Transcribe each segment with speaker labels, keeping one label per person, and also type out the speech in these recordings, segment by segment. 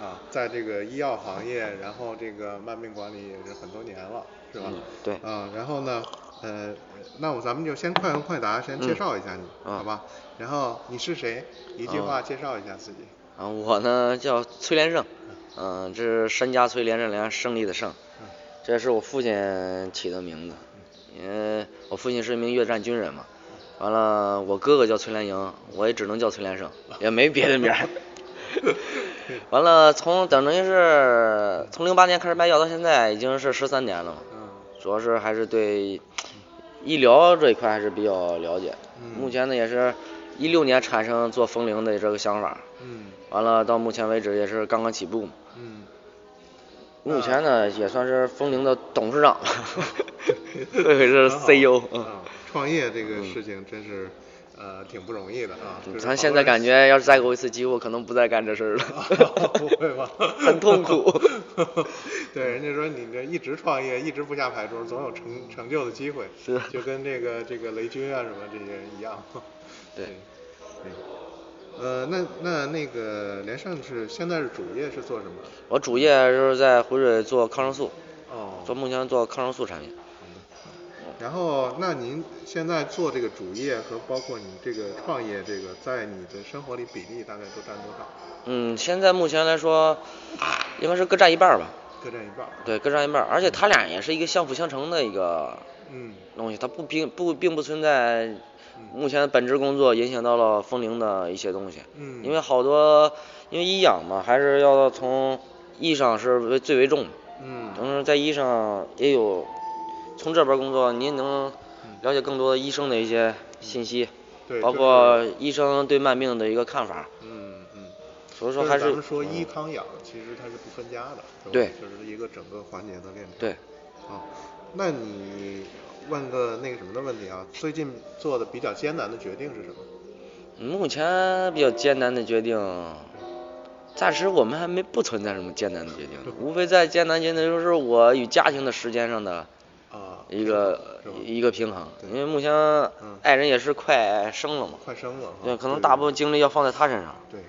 Speaker 1: 啊在这个医药行业，然后这个慢病管理也是很多年了，是吧？
Speaker 2: 嗯对
Speaker 1: 啊、然后呢，呃，那我咱们就先快问快答，先介
Speaker 2: 嗯
Speaker 1: 绍一下你，
Speaker 2: 啊
Speaker 1: 好吧？然后你是谁？一句
Speaker 2: 啊
Speaker 1: 话介绍一下自己。
Speaker 2: 啊，我呢叫崔连胜，嗯、这是山家崔连胜连胜利的胜，
Speaker 1: 嗯
Speaker 2: 这是我父亲起的名字，因为我父亲是一名越战军人嘛。完了，我哥哥叫崔连营，我也只能叫崔连胜，也没别的名 儿。完了，从等于是从零八年开始卖药到现在，已经是十三年了嘛。
Speaker 1: 嗯
Speaker 2: 主要是还是对医疗这一块还是比较了解。
Speaker 1: 嗯
Speaker 2: 目前呢，也是一六年产生做风铃的这个想法，
Speaker 1: 嗯
Speaker 2: 完了到目前为止也是刚刚起步嘛。
Speaker 1: 嗯，啊
Speaker 2: 目前呢，也算是风铃的董事长， 这回是
Speaker 1: 很好
Speaker 2: CEO
Speaker 1: 嗯
Speaker 2: 嗯。
Speaker 1: 创业这个事情真是，呃，挺不容易的啊。就是好
Speaker 2: 嗯咱现
Speaker 1: 多
Speaker 2: 在
Speaker 1: 人。
Speaker 2: 感觉，要是再给我一次机会，可能不再干这事儿了？
Speaker 1: 不会吧
Speaker 2: 很痛苦。
Speaker 1: 对，人家说你这一直创业，一直不下牌桌，总有成成就的机会。
Speaker 2: 是
Speaker 1: 就跟这个这个雷军啊什么这些人一样。
Speaker 2: 对
Speaker 1: 对。呃，那那那个连胜是现在是主业是做什么？
Speaker 2: 我主业就是在浑水做抗生素，
Speaker 1: 哦，
Speaker 2: 做目前做抗生素产品。
Speaker 1: 然后，那您现在做这个主业和包括你这个创业，这个在你的生活里比例大概都占多少？
Speaker 2: 嗯，现在目前来说，应该是各占一半儿吧。
Speaker 1: 各占一半儿。
Speaker 2: 对，各占一半儿，而且它俩也是一个相辅相成的一个
Speaker 1: 嗯
Speaker 2: 东西，它不并不并不存在
Speaker 1: 嗯
Speaker 2: 目前本职工作影响到了风铃的一些东西，
Speaker 1: 嗯。
Speaker 2: 因为好多因为医养嘛，还是要从医上是为最为重的，
Speaker 1: 嗯
Speaker 2: 同时在医上也有从这边儿工作，您能了解更多的医生的一些信息，
Speaker 1: 嗯对，
Speaker 2: 包
Speaker 1: 就
Speaker 2: 括
Speaker 1: 是
Speaker 2: 医生对慢病的一个看法，
Speaker 1: 嗯嗯，
Speaker 2: 所
Speaker 1: 就
Speaker 2: 以说
Speaker 1: 是
Speaker 2: 还是
Speaker 1: 咱们说
Speaker 2: 嗯
Speaker 1: 医康养，其实它是不分家的，是吧
Speaker 2: 对
Speaker 1: 就是一个整个环节的链条。
Speaker 2: 对。
Speaker 1: 哦，那你问个那个什么的问题啊？最近做的比较艰难的决定是什么？
Speaker 2: 目前比较艰难的决定，暂时我们还没不存在什么艰难的决定，无非在艰难决定就是我与家庭的时间上的
Speaker 1: 啊，
Speaker 2: 一个
Speaker 1: 是吧
Speaker 2: 一个平衡，
Speaker 1: 对
Speaker 2: 因为目前爱人也是快生了嘛，
Speaker 1: 快生了哈，
Speaker 2: 对，可能
Speaker 1: 对
Speaker 2: 大部分精力要放在他身上。
Speaker 1: 对，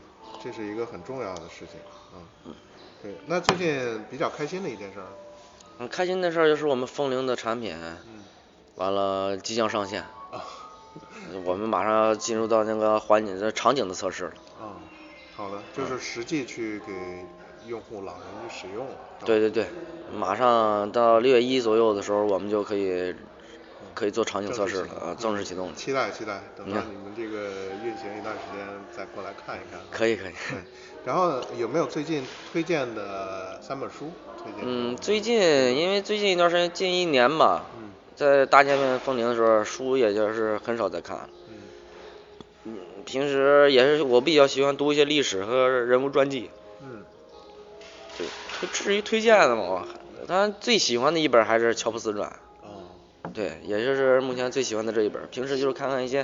Speaker 1: 这是一个很重要的事情啊。对，那最近比较开心的一件事儿，
Speaker 2: 嗯，开心的事儿就是我们风铃的产品，
Speaker 1: 嗯
Speaker 2: 完了即将上线，
Speaker 1: 啊
Speaker 2: 我们马上要进入到那个环节的场景的测试了。
Speaker 1: 啊，好的，就是
Speaker 2: 嗯
Speaker 1: 实际去给用户老人去使用了。是吧
Speaker 2: 对对对，马上到六月一左右的时候，我们就可以可以做场景测试了啊，正式启动了。
Speaker 1: 嗯期待期待，等到
Speaker 2: 嗯
Speaker 1: 你们这个运行一段时间再过来看一看。
Speaker 2: 可以可以。
Speaker 1: 对，然后有没有最近推荐的三本书推荐？
Speaker 2: 嗯，最近因为最近一段时间，近一年吧，
Speaker 1: 嗯
Speaker 2: 在搭建风铃的时候，书也就是很少在看了。
Speaker 1: 嗯
Speaker 2: 嗯，平时也是我比较喜欢读一些历史和人物传记。
Speaker 1: 嗯
Speaker 2: 对，至于推荐的嘛，我当然最喜欢的一本还是《乔布斯传
Speaker 1: 哦》，
Speaker 2: 对，也就是目前最喜欢的这一本。平时就是看看一些，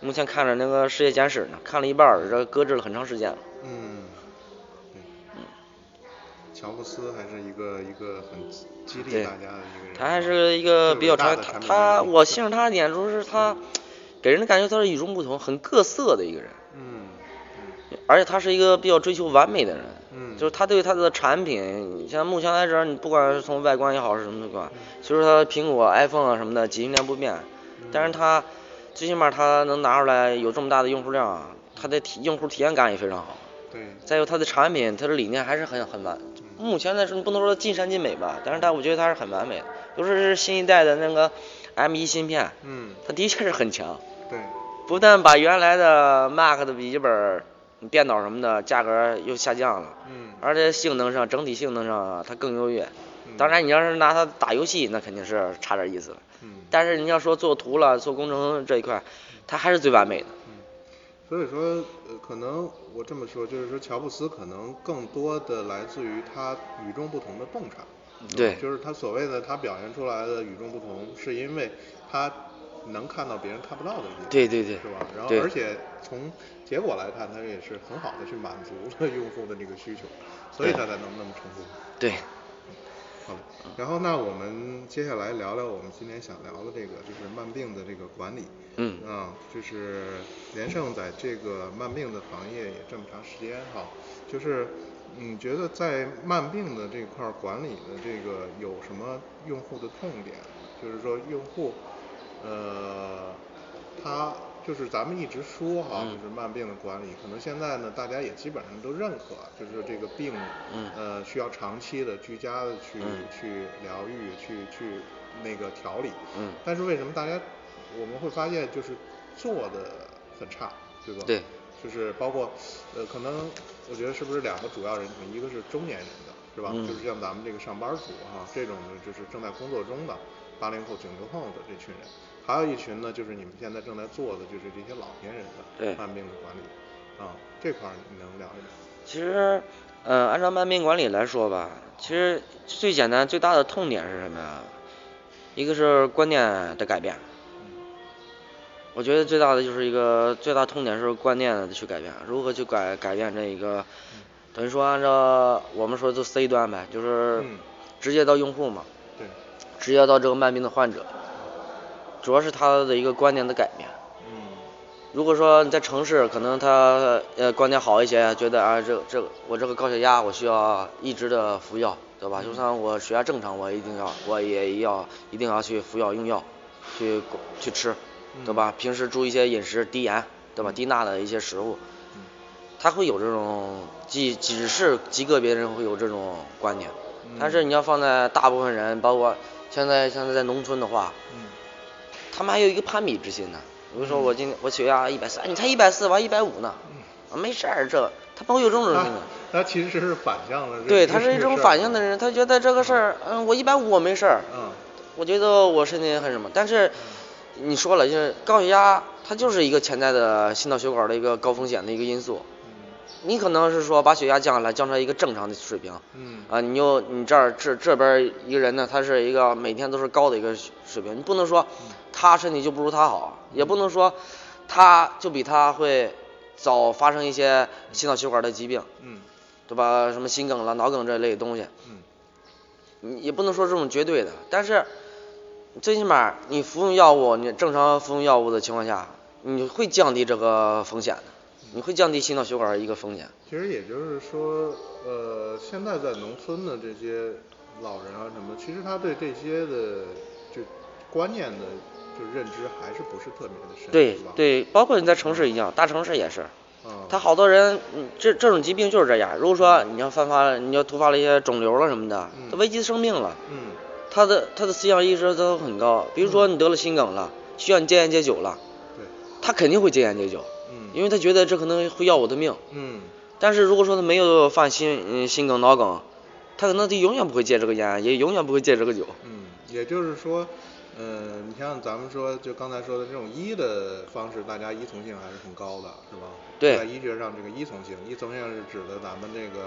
Speaker 2: 目前看着那个《世界简史》呢，看了一半儿，这搁置了很长时间了。嗯
Speaker 1: 嗯，对，嗯乔布斯还是一个一个很激激励
Speaker 2: 对
Speaker 1: 大家的一个人啊，
Speaker 2: 他还是一个比较
Speaker 1: 最伟大的
Speaker 2: 长，他
Speaker 1: 产品嗯
Speaker 2: 他
Speaker 1: 经理
Speaker 2: 我欣赏他的点就是他给人的感觉他是与众不同，很各色的一个人。
Speaker 1: 嗯
Speaker 2: 而且他是一个比较追求完美的人，
Speaker 1: 嗯
Speaker 2: 就是他对他的产品，像目前来讲，你不管是从外观也好是什么
Speaker 1: 嗯
Speaker 2: 管，所以说他苹果、iPhone 啊什么的几十年不变，
Speaker 1: 嗯
Speaker 2: 但是他最起码他能拿出来有这么大的用户量啊，他的体用户体验感也非常好。
Speaker 1: 对，
Speaker 2: 再有他的产品，他的理念还是很很完，
Speaker 1: 嗯
Speaker 2: 目前来说不能说尽善尽美吧，但是他我觉得他是很完美的，尤其是新一代的那个 M1 芯片，
Speaker 1: 嗯
Speaker 2: 它的确是很强。
Speaker 1: 对，
Speaker 2: 不但把原来的 Mac 的笔记本、电脑什么的价格又下降了，
Speaker 1: 嗯
Speaker 2: 而且性能上整体性能上啊它更优越。当然，你要是拿它打游戏，那肯定是差点意思了。
Speaker 1: 嗯。
Speaker 2: 但是你要说做图了、做工程这一块，它还是最完美的。
Speaker 1: 嗯所以说，呃，可能我这么说，就是说乔布斯可能更多的来自于他与众不同的洞察，
Speaker 2: 对
Speaker 1: 就是他所谓的他表现出来的与众不同，是因为他能看到别人看不到的一面，
Speaker 2: 对对对
Speaker 1: 是吧？然后
Speaker 2: 对
Speaker 1: 而且从结果来看，他也是很好的去满足了用户的这个需求，所以
Speaker 2: 对
Speaker 1: 他才能那么成功。
Speaker 2: 对，
Speaker 1: 好的，
Speaker 2: 嗯
Speaker 1: 然后那我们接下来聊聊我们今天想聊的这个，就是慢病的这个管理。
Speaker 2: 嗯
Speaker 1: 啊，就是连胜在这个慢病的行业也这么长时间哈，就是你觉得在慢病的这块儿管理的这个有什么用户的痛点？就是说用户，呃，他就是咱们一直说哈，
Speaker 2: 嗯
Speaker 1: 就是慢病的管理，可能现在呢大家也基本上都认可，就是这个病，
Speaker 2: 嗯
Speaker 1: 呃，需要长期的居家的去、
Speaker 2: 嗯
Speaker 1: 去疗愈，去去那个调理。
Speaker 2: 嗯
Speaker 1: 但是为什么大家我们会发现就是做的很差，对吧？
Speaker 2: 对。
Speaker 1: 就是包括，呃，可能我觉得是不是两个主要人群，一个是中年人的，是吧？
Speaker 2: 嗯
Speaker 1: 就是像咱们这个上班族哈、这种的就是正在工作中的八零后、九零后的这群人，还有一群呢，就是你们现在正在做的就是这些老年人
Speaker 2: 对
Speaker 1: 的慢病的管理，啊，这块儿你能聊一聊？
Speaker 2: 其实，呃，按照慢病管理来说吧，其实最简单、最大的痛点是什么呀？一个是观念的改变，我觉得最大的就是一个最大痛点是观念的去改变，如何去改改变这一个，
Speaker 1: 嗯
Speaker 2: 等于说按照我们说就 C 端呗，就是
Speaker 1: 嗯
Speaker 2: 直接到用户嘛，
Speaker 1: 对，
Speaker 2: 直接到这个慢病的患者，主要是他的一个观念的改变。
Speaker 1: 嗯
Speaker 2: 如果说你在城市，可能他呃观念好一些，觉得啊，这个这个我这个高血压我需要一直的服药，对
Speaker 1: 嗯
Speaker 2: 吧？就算我血压正常，我一定要我也要一定要去服药用药，去去吃，对
Speaker 1: 嗯
Speaker 2: 吧？平时注意一些饮食低盐，对吧？低钠的一些食物，
Speaker 1: 嗯
Speaker 2: 他会有这种几只是极个别人会有这种观念，
Speaker 1: 嗯
Speaker 2: 但是你要放在大部分人，包括现在现在在农村的话，
Speaker 1: 嗯
Speaker 2: 他们还有一个攀比之心呢。比如说我今我血压一百四，你才一百四，我还一百五呢，啊没事儿，这他们会有这种
Speaker 1: 他
Speaker 2: 那 个。
Speaker 1: 他其实是反向的，
Speaker 2: 对，他是一
Speaker 1: 这
Speaker 2: 种
Speaker 1: 事儿
Speaker 2: 反应的，人，他觉得这个事儿，嗯，我一百五我没事儿，
Speaker 1: 嗯
Speaker 2: 我觉得我身体很什么，但是你说了，就是高血压，它就是一个潜在的心脑血管的一个高风险的一个因素。你可能是说把血压降下来，降成一个正常的水平，
Speaker 1: 嗯
Speaker 2: 啊，你又你这儿这这边儿一个人呢，他是一个每天都是高的一个水水平，你不能说
Speaker 1: 嗯
Speaker 2: 他身体就不如他好，也不能说他就比他会早发生一些心脑血管的疾病，
Speaker 1: 嗯
Speaker 2: 对吧？什么心梗了、脑梗这类东西，
Speaker 1: 嗯
Speaker 2: 你也不能说这种绝对的，但是最起码你服用药物，你正常服用药物的情况下，你会降低这个风险的，
Speaker 1: 嗯
Speaker 2: 你会降低心脑血管儿一个风险。
Speaker 1: 其实也就是说，呃，现在在农村的这些老人啊什么，其实他对这些的就观念的就认知还是不是特别的深，
Speaker 2: 对
Speaker 1: 是吧？
Speaker 2: 对，包括你在城市一样，大城市也是。
Speaker 1: 嗯，
Speaker 2: 他好多人，嗯这这种疾病就是这样。如果说你要翻发了，你要突发了一些肿瘤了什么的，
Speaker 1: 嗯
Speaker 2: 他危及生命了，
Speaker 1: 嗯
Speaker 2: 他的他的思想意识都很高。比如说你得了心梗了，需要你戒烟戒酒了，
Speaker 1: 对，
Speaker 2: 他肯定会戒烟戒酒，
Speaker 1: 嗯，
Speaker 2: 因为他觉得这可能会要我的命。
Speaker 1: 嗯
Speaker 2: 但是如果说他没有犯心嗯心梗脑梗，他可能就永远不会戒这个烟，也永远不会戒这个酒。
Speaker 1: 嗯，也就是说，呃，你像咱们说就刚才说的这种医的方式，大家依从性还是很高的，是吧？
Speaker 2: 对
Speaker 1: 在医学上这个依从性，依从性是指的咱们这个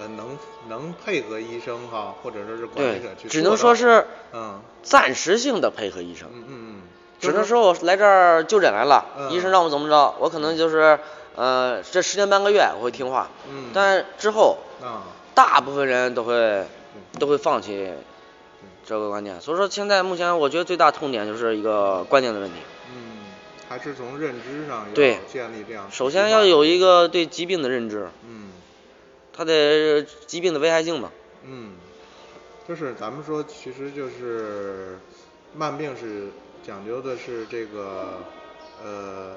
Speaker 1: 呃能能配合医生哈，或者说是管
Speaker 2: 对
Speaker 1: 理者去，
Speaker 2: 只
Speaker 1: 做到
Speaker 2: 能说是
Speaker 1: 嗯。
Speaker 2: 暂时性的配合医生。
Speaker 1: 嗯嗯嗯，就
Speaker 2: 只能
Speaker 1: 是
Speaker 2: 说我来这儿就诊来了，
Speaker 1: 嗯
Speaker 2: 医生让我怎么着，我可能就是，呃，这十天半个月我会听话，
Speaker 1: 嗯
Speaker 2: 但之后
Speaker 1: 啊，
Speaker 2: 大部分人都会
Speaker 1: 嗯
Speaker 2: 都会放弃这个观念，所以说现在目前我觉得最大痛点就是一个观念的问题，
Speaker 1: 嗯，还是从认知上啊要
Speaker 2: 对
Speaker 1: 建立这样，
Speaker 2: 首先要有一，个对疾病的认知，
Speaker 1: 嗯
Speaker 2: 它的疾病的危害性嘛，
Speaker 1: 嗯，就是咱们说，其实就是慢病是讲究的是这个呃。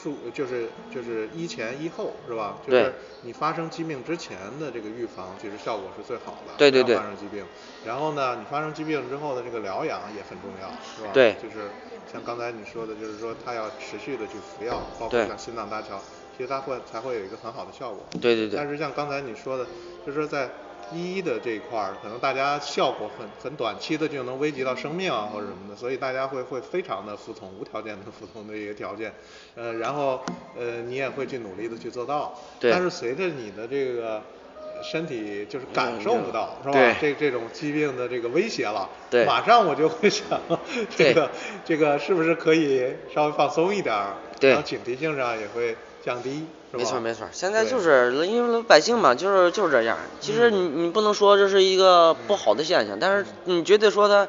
Speaker 1: 术就是就是医前医后是吧？就
Speaker 2: 对
Speaker 1: 是你发生疾病之前的这个预防，其实效果是最好的。
Speaker 2: 对对
Speaker 1: 不要
Speaker 2: 对
Speaker 1: 发生疾病，然后呢，你发生疾病之后的这个疗养也很重要，是吧？
Speaker 2: 对
Speaker 1: 就是像刚才你说的，就是说他要持续的去服药，包括
Speaker 2: 对
Speaker 1: 像心脏搭桥，其实它会才会有一个很好的效果。
Speaker 2: 对对对
Speaker 1: 但，是像刚才你说的，就是说在医的这一块儿，可能大家效果很很短期的就能危及到生命啊或者什么的，所以大家会会非常的服从，无条件的服从的一个条件，呃，然后呃你也会去努力的去做到，
Speaker 2: 对
Speaker 1: 但是随着你的这个。身体就是感受不到，是吧？
Speaker 2: 嗯对
Speaker 1: 这这种疾病的这个威胁了，
Speaker 2: 对
Speaker 1: 马上我就会想，这
Speaker 2: 对
Speaker 1: 个这个是不是可以稍微放松一点儿？
Speaker 2: 对
Speaker 1: 然后警惕性上也会降低，是吧？
Speaker 2: 没错没错，现在
Speaker 1: 对嗯
Speaker 2: 就是因为老百姓嘛，就是就是这样。其
Speaker 1: 嗯
Speaker 2: 实你你不能说这是一个不好的现象，但是你绝对说它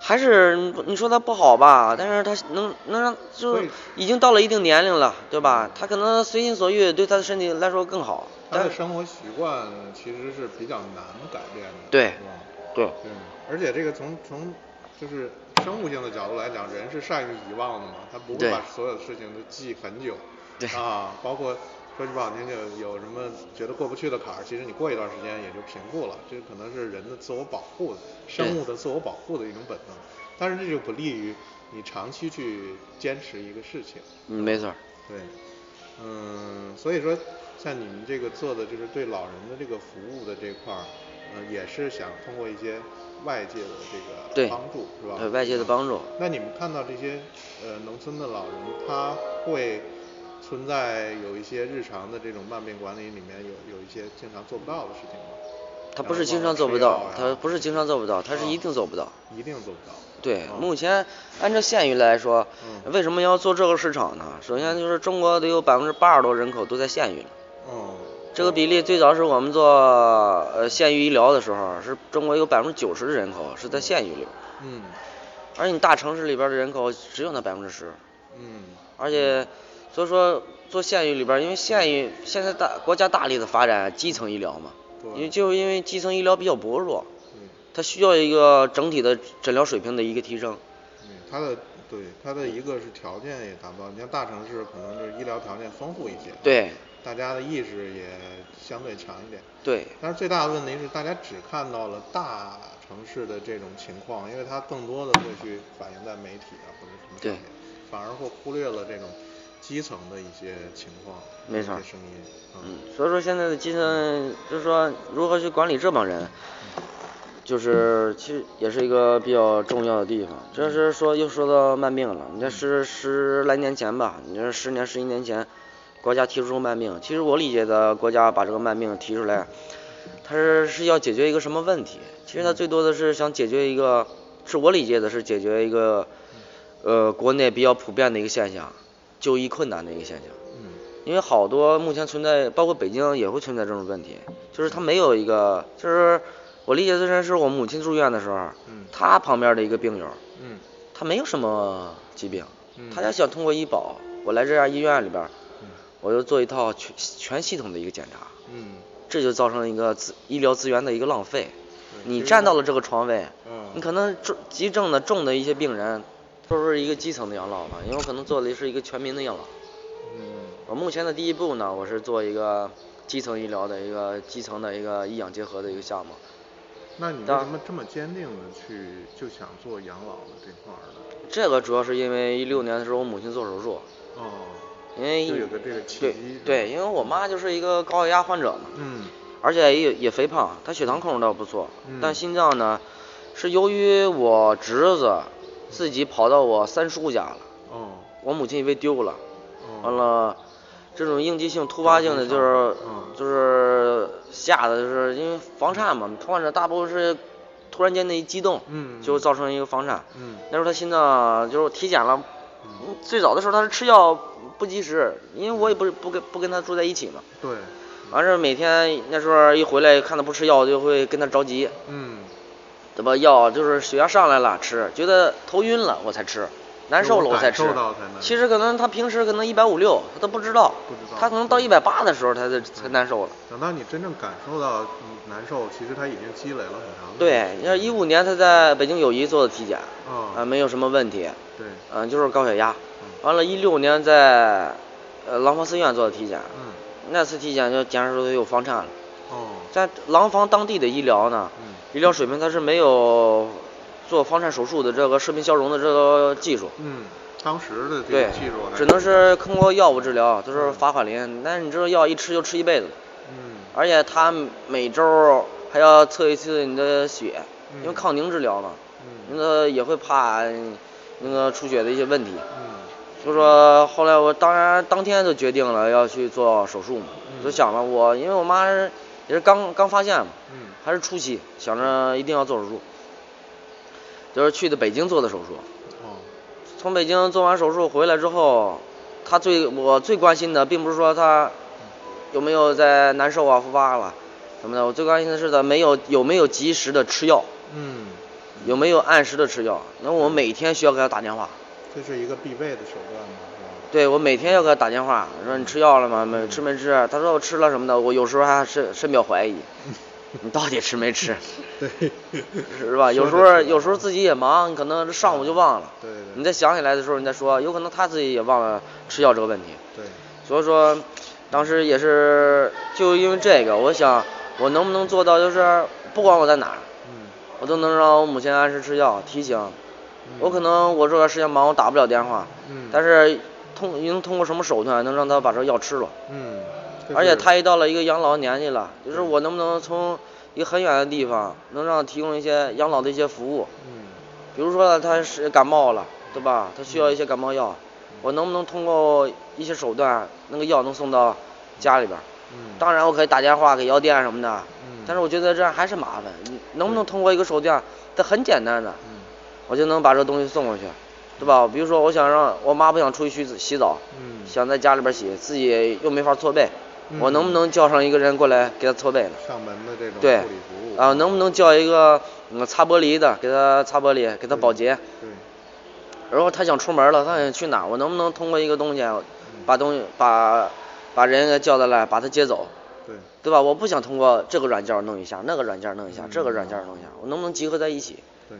Speaker 2: 还是你说他不好吧，但是他能能让就是
Speaker 1: 会
Speaker 2: 已经到了一定年龄了，对吧？他可能随心所欲，对他的身体来说更好。
Speaker 1: 他
Speaker 2: 但
Speaker 1: 的
Speaker 2: 是
Speaker 1: 生活习惯其实是比较难改变的，
Speaker 2: 对
Speaker 1: 是吧？
Speaker 2: 对
Speaker 1: 对，而且这个从从就是生物性的角度来讲，人是善于遗忘的嘛，他不会
Speaker 2: 对
Speaker 1: 把所有的事情都记很久，
Speaker 2: 对
Speaker 1: 啊，包括说句不好听的，有什么觉得过不去的坎儿，其实你过一段时间也就平复了，这可能是人的自我保护，生物的自我保护的一种本能，但是这就不利于你长期去坚持一个事情，
Speaker 2: 嗯，没错儿，
Speaker 1: 对，嗯，所以说像你们这个做的就是对老人的这个服务的这块儿，呃，也是想通过一些外界的这
Speaker 2: 对
Speaker 1: 个帮助，是吧？
Speaker 2: 对外界的帮助。
Speaker 1: 那你们看到这些呃农村的老人，他会存在有一些日常的这种慢病管理里面有有一些经常做不到的事情吗？
Speaker 2: 他不是经常做不到，他不是经常做不到，他是
Speaker 1: 啊
Speaker 2: 一定做不到。
Speaker 1: 一定做不到。
Speaker 2: 对，
Speaker 1: 啊
Speaker 2: 目前按照县域来说，
Speaker 1: 嗯
Speaker 2: 为什么要做这个市场呢？首先就是中国得有百分之八十多人口都在县域了，
Speaker 1: 嗯，
Speaker 2: 这个比例最早是我们做呃县域医疗的时候，是中国有百分之九十的人口是在县域里边儿，
Speaker 1: 嗯
Speaker 2: 而你大城市里边儿的人口只有那百分之十，
Speaker 1: 嗯
Speaker 2: 而且所以说做县域里边儿，因为县域现在大国家大力的发展基层医疗嘛，
Speaker 1: 对
Speaker 2: 因为就是因为基层医疗比较薄弱，
Speaker 1: 嗯
Speaker 2: 它需要一个整体的诊疗水平的一个提升。
Speaker 1: 嗯，它的对它的一个是条件也达不到，你像大城市可能就是医疗条件丰富一些，，
Speaker 2: 对，
Speaker 1: 大家的意识也相对强一点。
Speaker 2: 对，
Speaker 1: 但是最大的问题是，大家只看到了大城市的这种情况，因为它更多的会去反映在媒体啊或者什么上
Speaker 2: 对
Speaker 1: 面，反而会忽略了这种基层的一些情况，
Speaker 2: 没错
Speaker 1: 一些声音，
Speaker 2: 嗯，所以说现在的基层就是说如何去管理这帮人，就是其实也是一个比较重要的地方。这是说又说到慢病了，你这是十来年前吧，你这十年十一年前，国家提出慢病，其实我理解的国家把这个慢病提出来，它是是要解决一个什么问题？其实它最多的是想解决一个，是我理解的是解决一个，呃，国内比较普遍的一个现象，就医困难的一个现象。
Speaker 1: 嗯
Speaker 2: 因为好多目前存在，包括北京也会存在这种问题，就是他没有一个，就是我理解最深是我母亲住院的时候，
Speaker 1: 嗯
Speaker 2: 她旁边的一个病友，
Speaker 1: 嗯
Speaker 2: 他没有什么疾病，
Speaker 1: 嗯
Speaker 2: 他就想通过医保，我来这家医院里边，
Speaker 1: 嗯
Speaker 2: 我就做一套全全系统的一个检查，
Speaker 1: 嗯
Speaker 2: 这就造成一个资医疗资源的一个浪费。
Speaker 1: 对
Speaker 2: 你
Speaker 1: 其实
Speaker 2: 占到了这个床位，
Speaker 1: 嗯
Speaker 2: 你可能重急症的重的一些病人，都是一个基层的养老嘛，因为我可能做的是一个全民的养老。
Speaker 1: 嗯
Speaker 2: 我目前的第一步呢，我是做一个基层医疗的一个基层的一个医养结合的一个项目。
Speaker 1: 那你为
Speaker 2: 当
Speaker 1: 什么这么坚定的去就想做养老的这块儿呢？
Speaker 2: 这个主要是因为一六年的时候我母亲做手术，
Speaker 1: 哦，
Speaker 2: 因为
Speaker 1: 就有个这个契
Speaker 2: 对
Speaker 1: 机是吧
Speaker 2: 对，因为我妈就是一个高血压患者嘛，
Speaker 1: 嗯
Speaker 2: 而且也也肥胖，她血糖控制倒不错，
Speaker 1: 嗯
Speaker 2: 但心脏呢是由于我侄子自己跑到我三叔家了，
Speaker 1: 哦
Speaker 2: 我母亲以为丢了，
Speaker 1: 哦，
Speaker 2: 完了，这种应激性、突发性的，就是
Speaker 1: 嗯
Speaker 2: 就是吓得，就是因为房颤嘛，患者大部分是突然间的一激动，
Speaker 1: 嗯
Speaker 2: 就造成一个房颤。
Speaker 1: 嗯
Speaker 2: 那时候他心脏就是体检了
Speaker 1: 嗯，
Speaker 2: 最早的时候他是吃药不及时，因为我也不是不跟不跟他住在一起嘛。
Speaker 1: 对，
Speaker 2: 完事儿每天那时候一回来看他不吃药，就会跟他着急，
Speaker 1: 嗯，
Speaker 2: 怎么药就是血压上来了吃，觉得头晕了我才吃，难受了我才吃
Speaker 1: 有感受到才难。
Speaker 2: 其实可能他平时可能一百五六，他都不知道，
Speaker 1: 不知道
Speaker 2: 他可能到一百八的时候他才才难受了。
Speaker 1: 等到你真正感受到你难受，其实它已经积累了很长的时
Speaker 2: 对
Speaker 1: 间。，
Speaker 2: 你看一五年他在北京友谊做的体检，
Speaker 1: 哦
Speaker 2: 啊、没有什么问题，
Speaker 1: 对，
Speaker 2: 嗯、就是高血压。
Speaker 1: 嗯
Speaker 2: 完了，一六年在呃廊坊寺院做的体检，
Speaker 1: 嗯
Speaker 2: 那次体检就检查出他有房颤了。
Speaker 1: 哦，
Speaker 2: 在廊坊当地的医疗呢，
Speaker 1: 嗯
Speaker 2: 医疗水平它是没有做房颤手术的这个射频消融的这个技术，
Speaker 1: 嗯，当时的这
Speaker 2: 对
Speaker 1: 个技术还，
Speaker 2: 只能是通过药物治疗，就是法缓林。但是你这个药一吃就吃一辈子，
Speaker 1: 嗯
Speaker 2: 而且它每周还要测一次你的血，
Speaker 1: 嗯
Speaker 2: 因为抗凝治疗嘛，
Speaker 1: 嗯
Speaker 2: 那个也会怕那个出血的一些问题。
Speaker 1: 嗯
Speaker 2: 就说后来我当然当天就决定了要去做手术嘛，
Speaker 1: 嗯
Speaker 2: 就想着我因为我妈是也是刚刚发现嘛，
Speaker 1: 嗯
Speaker 2: 还是初期，想着一定要做手术，就是去的北京做的手术。
Speaker 1: 哦
Speaker 2: 从北京做完手术回来之后，他最我最关心的，并不是说他有没有在难受啊、复发了什么的，我最关心的是他没有有没有及时的吃药。
Speaker 1: 嗯
Speaker 2: 有没有按时的吃药？那我每天需要给他打电话，
Speaker 1: 这是一个必备的手段嘛，是吧？
Speaker 2: 对我每天要给他打电话，说你吃药了吗？没吃没吃？他说我吃了什么的，我有时候还深深表 怀疑，你到底吃没吃？
Speaker 1: 对，
Speaker 2: 是吧？有时
Speaker 1: 说
Speaker 2: 候
Speaker 1: 得是
Speaker 2: 有时候自己也忙，可能上午就忘了。
Speaker 1: 对对
Speaker 2: 你再想起来的时候，你再说，有可能他自己也忘了吃药这个问题。
Speaker 1: 对，
Speaker 2: 所以说，当时也是就因为这个，我想我能不能做到，就是不管我在哪儿，
Speaker 1: 嗯，
Speaker 2: 我都能让我母亲按时吃药提醒。我可能我这段时间忙，我打不了电话，
Speaker 1: 嗯
Speaker 2: 但是通能通过什么手段能让他把这个药吃了？
Speaker 1: 嗯，这
Speaker 2: 而且
Speaker 1: 是
Speaker 2: 他也到了一个养老年纪了，就是我能不能从一个很远的地方，能让提供一些养老的一些服务？
Speaker 1: 嗯
Speaker 2: 比如说他是感冒了，对吧？他需要一些感冒药，
Speaker 1: 嗯
Speaker 2: 我能不能通过一些手段，那个药能送到家里边儿？
Speaker 1: 嗯，
Speaker 2: 当然，我可以打电话给药店什么的，
Speaker 1: 嗯
Speaker 2: 但是我觉得这样还是麻烦。你能不能通过一个手段，这很简单的，
Speaker 1: 嗯
Speaker 2: 我就能把这东西送过去，对吧？比如说，我想让我妈不想出去洗洗澡，
Speaker 1: 嗯
Speaker 2: 想在家里边洗，自己又没法搓背，
Speaker 1: 嗯
Speaker 2: 我能不能叫上一个人过来给她搓背呢？
Speaker 1: 上门的这种
Speaker 2: 对
Speaker 1: 护理服务，
Speaker 2: 啊，能不能叫一个嗯擦玻璃的给她擦玻璃，给她保洁？
Speaker 1: 对，
Speaker 2: 然后她想出门了，她想去哪儿？我能不能通过一个东西，啊把东西把把人给叫到来，把她接走？
Speaker 1: 对，
Speaker 2: 对吧？我不想通过这个软件儿弄一下，那个软件儿弄一下，
Speaker 1: 嗯
Speaker 2: 这个软件儿弄一下，我能不能集合在一起？
Speaker 1: 对，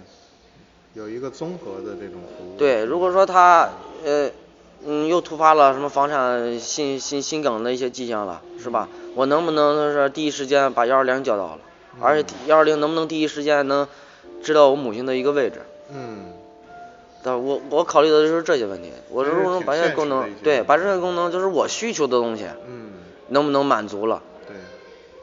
Speaker 1: 有一个综合的这种服务。
Speaker 2: 对，如果说他呃嗯又突发了什么房产心心心梗的一些迹象了，是吧？我能不能是第一时间把幺二零叫到了？而
Speaker 1: 嗯
Speaker 2: 且幺二零能不能第一时间能知道我母亲的一个位置？
Speaker 1: 嗯，
Speaker 2: 但我我考虑的就是这些问题，我
Speaker 1: 还
Speaker 2: 如
Speaker 1: 是
Speaker 2: 果能
Speaker 1: 挺
Speaker 2: 把这
Speaker 1: 现
Speaker 2: 个功
Speaker 1: 实的一
Speaker 2: 能
Speaker 1: 些，
Speaker 2: 对，
Speaker 1: 问
Speaker 2: 把
Speaker 1: 题
Speaker 2: 这个功能就是我需求的东西，
Speaker 1: 嗯，
Speaker 2: 能不能满足了？
Speaker 1: 对，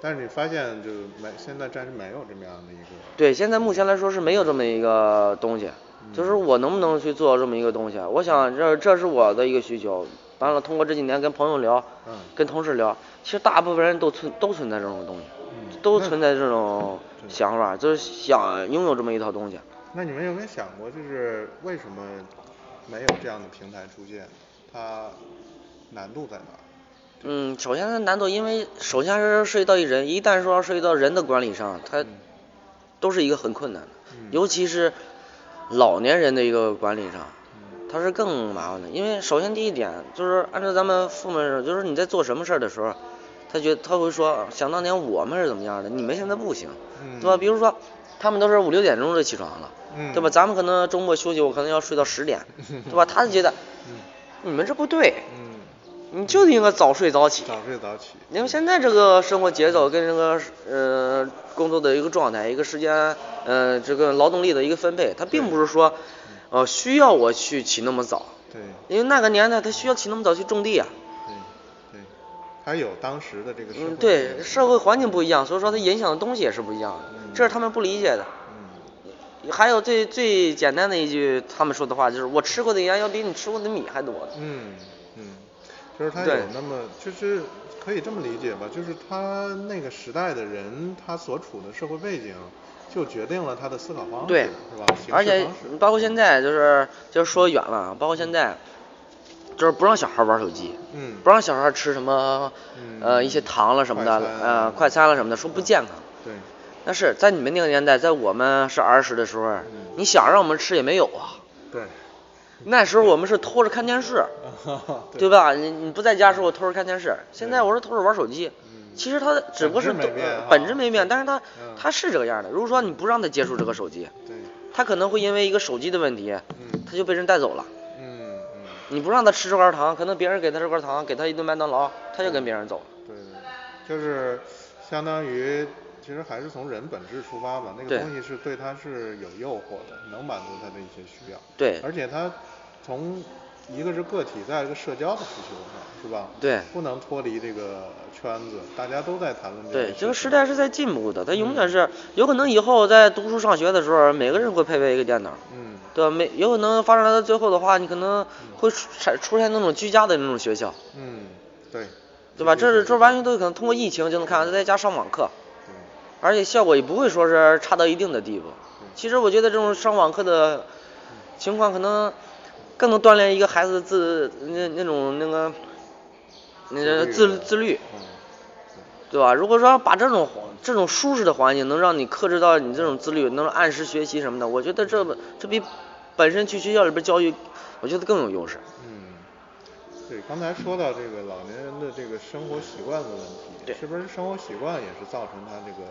Speaker 1: 但是你发现就没，现在暂时没有这么样的一个，
Speaker 2: 对，现在目前来说是没有这么一个东西，
Speaker 1: 嗯
Speaker 2: 就是我能不能去做这么一个东西？啊我想这这是我的一个需求。完了，通过这几年跟朋友聊，
Speaker 1: 嗯
Speaker 2: 跟同事聊，其实大部分人都存都存在这种东西，
Speaker 1: 嗯
Speaker 2: 都
Speaker 1: 那
Speaker 2: 存在这种想法，就是想拥有这么一套东西。
Speaker 1: 那你们有没有想过，就是为什么没有这样的平台出现？它难度在哪儿？
Speaker 2: 嗯，首先它难度，因为首先是涉及到一人，一旦说涉及到人的管理上，它都是一个很困难的，
Speaker 1: 嗯
Speaker 2: 尤其是老年人的一个管理上，
Speaker 1: 嗯
Speaker 2: 它是更麻烦的。因为首先第一点就是按照咱们父母说，就是你在做什么事儿的时候，他觉得他会说，想当年我们是怎么样的，你们现在不行，
Speaker 1: 嗯
Speaker 2: 对吧？比如说他们都是五六点钟就起床了，
Speaker 1: 嗯
Speaker 2: 对吧？咱们可能周末休息，我可能要睡到十点，对吧？他就觉得你们这不对，
Speaker 1: 嗯，
Speaker 2: 你就应该早睡早起。
Speaker 1: 早睡早起。
Speaker 2: 因为现在这个生活节奏跟这个呃工作的一个状态、一个时间，呃这个劳动力的一个分配，它并不是说，呃需要我去起那么早，
Speaker 1: 对
Speaker 2: 因为那个年代他需要起那么早去种地啊，
Speaker 1: 对对，它有当时的这个社会背
Speaker 2: 嗯
Speaker 1: 景。
Speaker 2: 对，社会环境不一样，所以说它影响的东西也是不一样的，这是他们不理解的。
Speaker 1: 嗯
Speaker 2: 还有最最简单的一句他们说的话就是我吃过的盐要比你吃过的米还多呢。
Speaker 1: 嗯嗯，就是他有
Speaker 2: 对
Speaker 1: 那么，就是可以这么理解吧，就是他那个时代的人，他所处的社会背景，就决定了他的思考方式，
Speaker 2: 对
Speaker 1: 是吧？行
Speaker 2: 而
Speaker 1: 事
Speaker 2: 且
Speaker 1: 方式
Speaker 2: 包括现在就是就是说远了，啊包括现在就是不让小孩玩手机。
Speaker 1: 嗯，
Speaker 2: 不让小孩吃什么，呃，
Speaker 1: 嗯
Speaker 2: 一些糖了什么的
Speaker 1: 快餐，嗯
Speaker 2: 呃，快餐了什么的，说不健康。
Speaker 1: 对，
Speaker 2: 但是在你们那个年代，在我们是儿时的时候，
Speaker 1: 嗯
Speaker 2: 你想让我们吃也没有啊。
Speaker 1: 对，
Speaker 2: 那时候我们是偷着看 电视，
Speaker 1: 对
Speaker 2: 对吧？你你不在家的时候，我偷着看电视。现在我是偷着玩手机。其实它只不过是
Speaker 1: 嗯本质没变啊
Speaker 2: 呃本质没变，但是它
Speaker 1: 嗯
Speaker 2: 它是这个样的。如果说你不让他接触这个手机，
Speaker 1: 对，
Speaker 2: 他可能会因为一个手机的问题，
Speaker 1: 嗯
Speaker 2: 他就被人带走了。
Speaker 1: 嗯嗯，
Speaker 2: 你不让他吃这块糖，可能别人给他这块糖，给他一顿麦当劳，他就跟别人走了。
Speaker 1: 对对，就是相当于。其实还是从人本质出发吧，那
Speaker 2: 对
Speaker 1: 个东西是对他是有诱惑的，能满足他的一些需要。
Speaker 2: 对
Speaker 1: 而且他从一个是个体，再一个社交的需求上，是吧？
Speaker 2: 对
Speaker 1: 不能脱离这个圈子，大家都在谈论这
Speaker 2: 嗯对，这嗯个时
Speaker 1: 事情
Speaker 2: 代是在进步的，它永远是有可能以后在读书上学的时候，每个人会配备一个电脑，
Speaker 1: 嗯，
Speaker 2: 对吧？没有可能发展到最后的话，你可能会出产出现那种居家的那种学校，
Speaker 1: 嗯，对，
Speaker 2: 对吧？这是这完
Speaker 1: 全
Speaker 2: 全都可能通过疫情就能看，到，在家上网课，
Speaker 1: 对
Speaker 2: 而且效果也不会说是差到一定的地步。
Speaker 1: 嗯
Speaker 2: 其实我觉得这种上网课的情况，可能更能锻炼一个孩子的自那那种那个那
Speaker 1: 自律
Speaker 2: 个自
Speaker 1: 的
Speaker 2: 自律。
Speaker 1: 嗯，
Speaker 2: 对吧？如果说把这种这种舒适的环境能让你克制到你这种自律，能按时学习什么的，我觉得这这比本身去学校里边教育，我觉得更有优势。
Speaker 1: 嗯，对，刚才说到这个老年人的这个生活习惯的问题，
Speaker 2: 对
Speaker 1: 是不是生活习惯也是造成他这个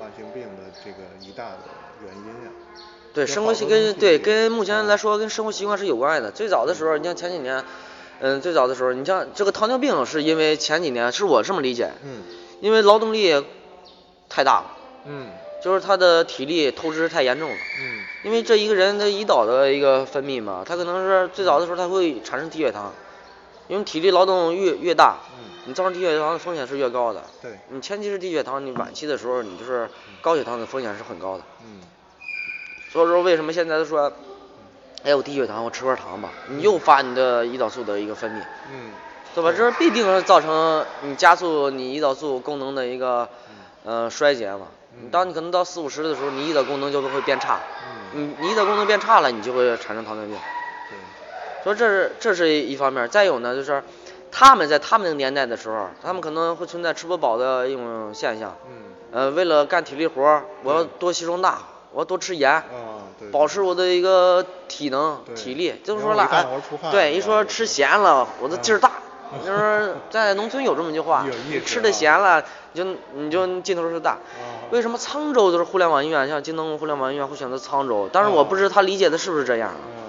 Speaker 1: 慢性病的这个一大的原因呀、
Speaker 2: 对，
Speaker 1: 就
Speaker 2: 生
Speaker 1: 好
Speaker 2: 活习
Speaker 1: 多
Speaker 2: 跟
Speaker 1: 东西
Speaker 2: 对跟目前来
Speaker 1: 嗯
Speaker 2: 说跟生活习惯是有关系的。最早的时候，你像前几年，嗯，最早的时候，你像这个糖尿病是因为前几年是我这么理解，
Speaker 1: 嗯
Speaker 2: 因为劳动力太大了，
Speaker 1: 嗯
Speaker 2: 就是他的体力透支太严重了。
Speaker 1: 嗯
Speaker 2: 因为这一个人的胰岛的一个分泌嘛，他可能是最早的时候他会产生低血糖，因为体力劳动越越大，
Speaker 1: 嗯
Speaker 2: 你造成低血糖的风险是越高的。
Speaker 1: 对
Speaker 2: 你前期是低血糖，你晚期的时候你就是高血糖的风险是很高的。
Speaker 1: 嗯
Speaker 2: 所以说为什么现在都说，哎我低血糖我吃块糖吧，你诱发你的胰岛素的一个分泌，
Speaker 1: 嗯
Speaker 2: 对吧？这必定是造成你加速你胰岛素功能的一个
Speaker 1: 嗯
Speaker 2: 呃衰竭嘛。你当你可能到四五十的时候，你胰岛功能就会变差。
Speaker 1: 嗯，
Speaker 2: 你你胰岛功能变差了，你就会产生糖尿病。
Speaker 1: 对，
Speaker 2: 所以这是这是一方面，再有呢就是，他们在他们那个年代的时候，他们可能会存在吃不饱的一种现象。
Speaker 1: 嗯
Speaker 2: 呃，为了干体力活儿，我要多吸收钠，我要多吃盐，
Speaker 1: 啊对，
Speaker 2: 保持我的一个体能
Speaker 1: 对
Speaker 2: 体力。就是
Speaker 1: 因
Speaker 2: 说
Speaker 1: 为
Speaker 2: 了，
Speaker 1: 我一干
Speaker 2: 哎
Speaker 1: 活出汗
Speaker 2: 对，
Speaker 1: 是
Speaker 2: 一
Speaker 1: 吧
Speaker 2: 说
Speaker 1: 就
Speaker 2: 吃
Speaker 1: 是
Speaker 2: 咸了，我的劲儿大。
Speaker 1: 嗯
Speaker 2: 就是在农村有这么一句话
Speaker 1: 有，
Speaker 2: 你
Speaker 1: 意思
Speaker 2: 吃的
Speaker 1: 啊
Speaker 2: 咸了，你就你就劲头就大。
Speaker 1: 啊
Speaker 2: 为什么沧州都是互联网医院，像京东互联网医院会选择沧州？当然
Speaker 1: 啊
Speaker 2: 我不知道他理解的是不是这样啊。
Speaker 1: 嗯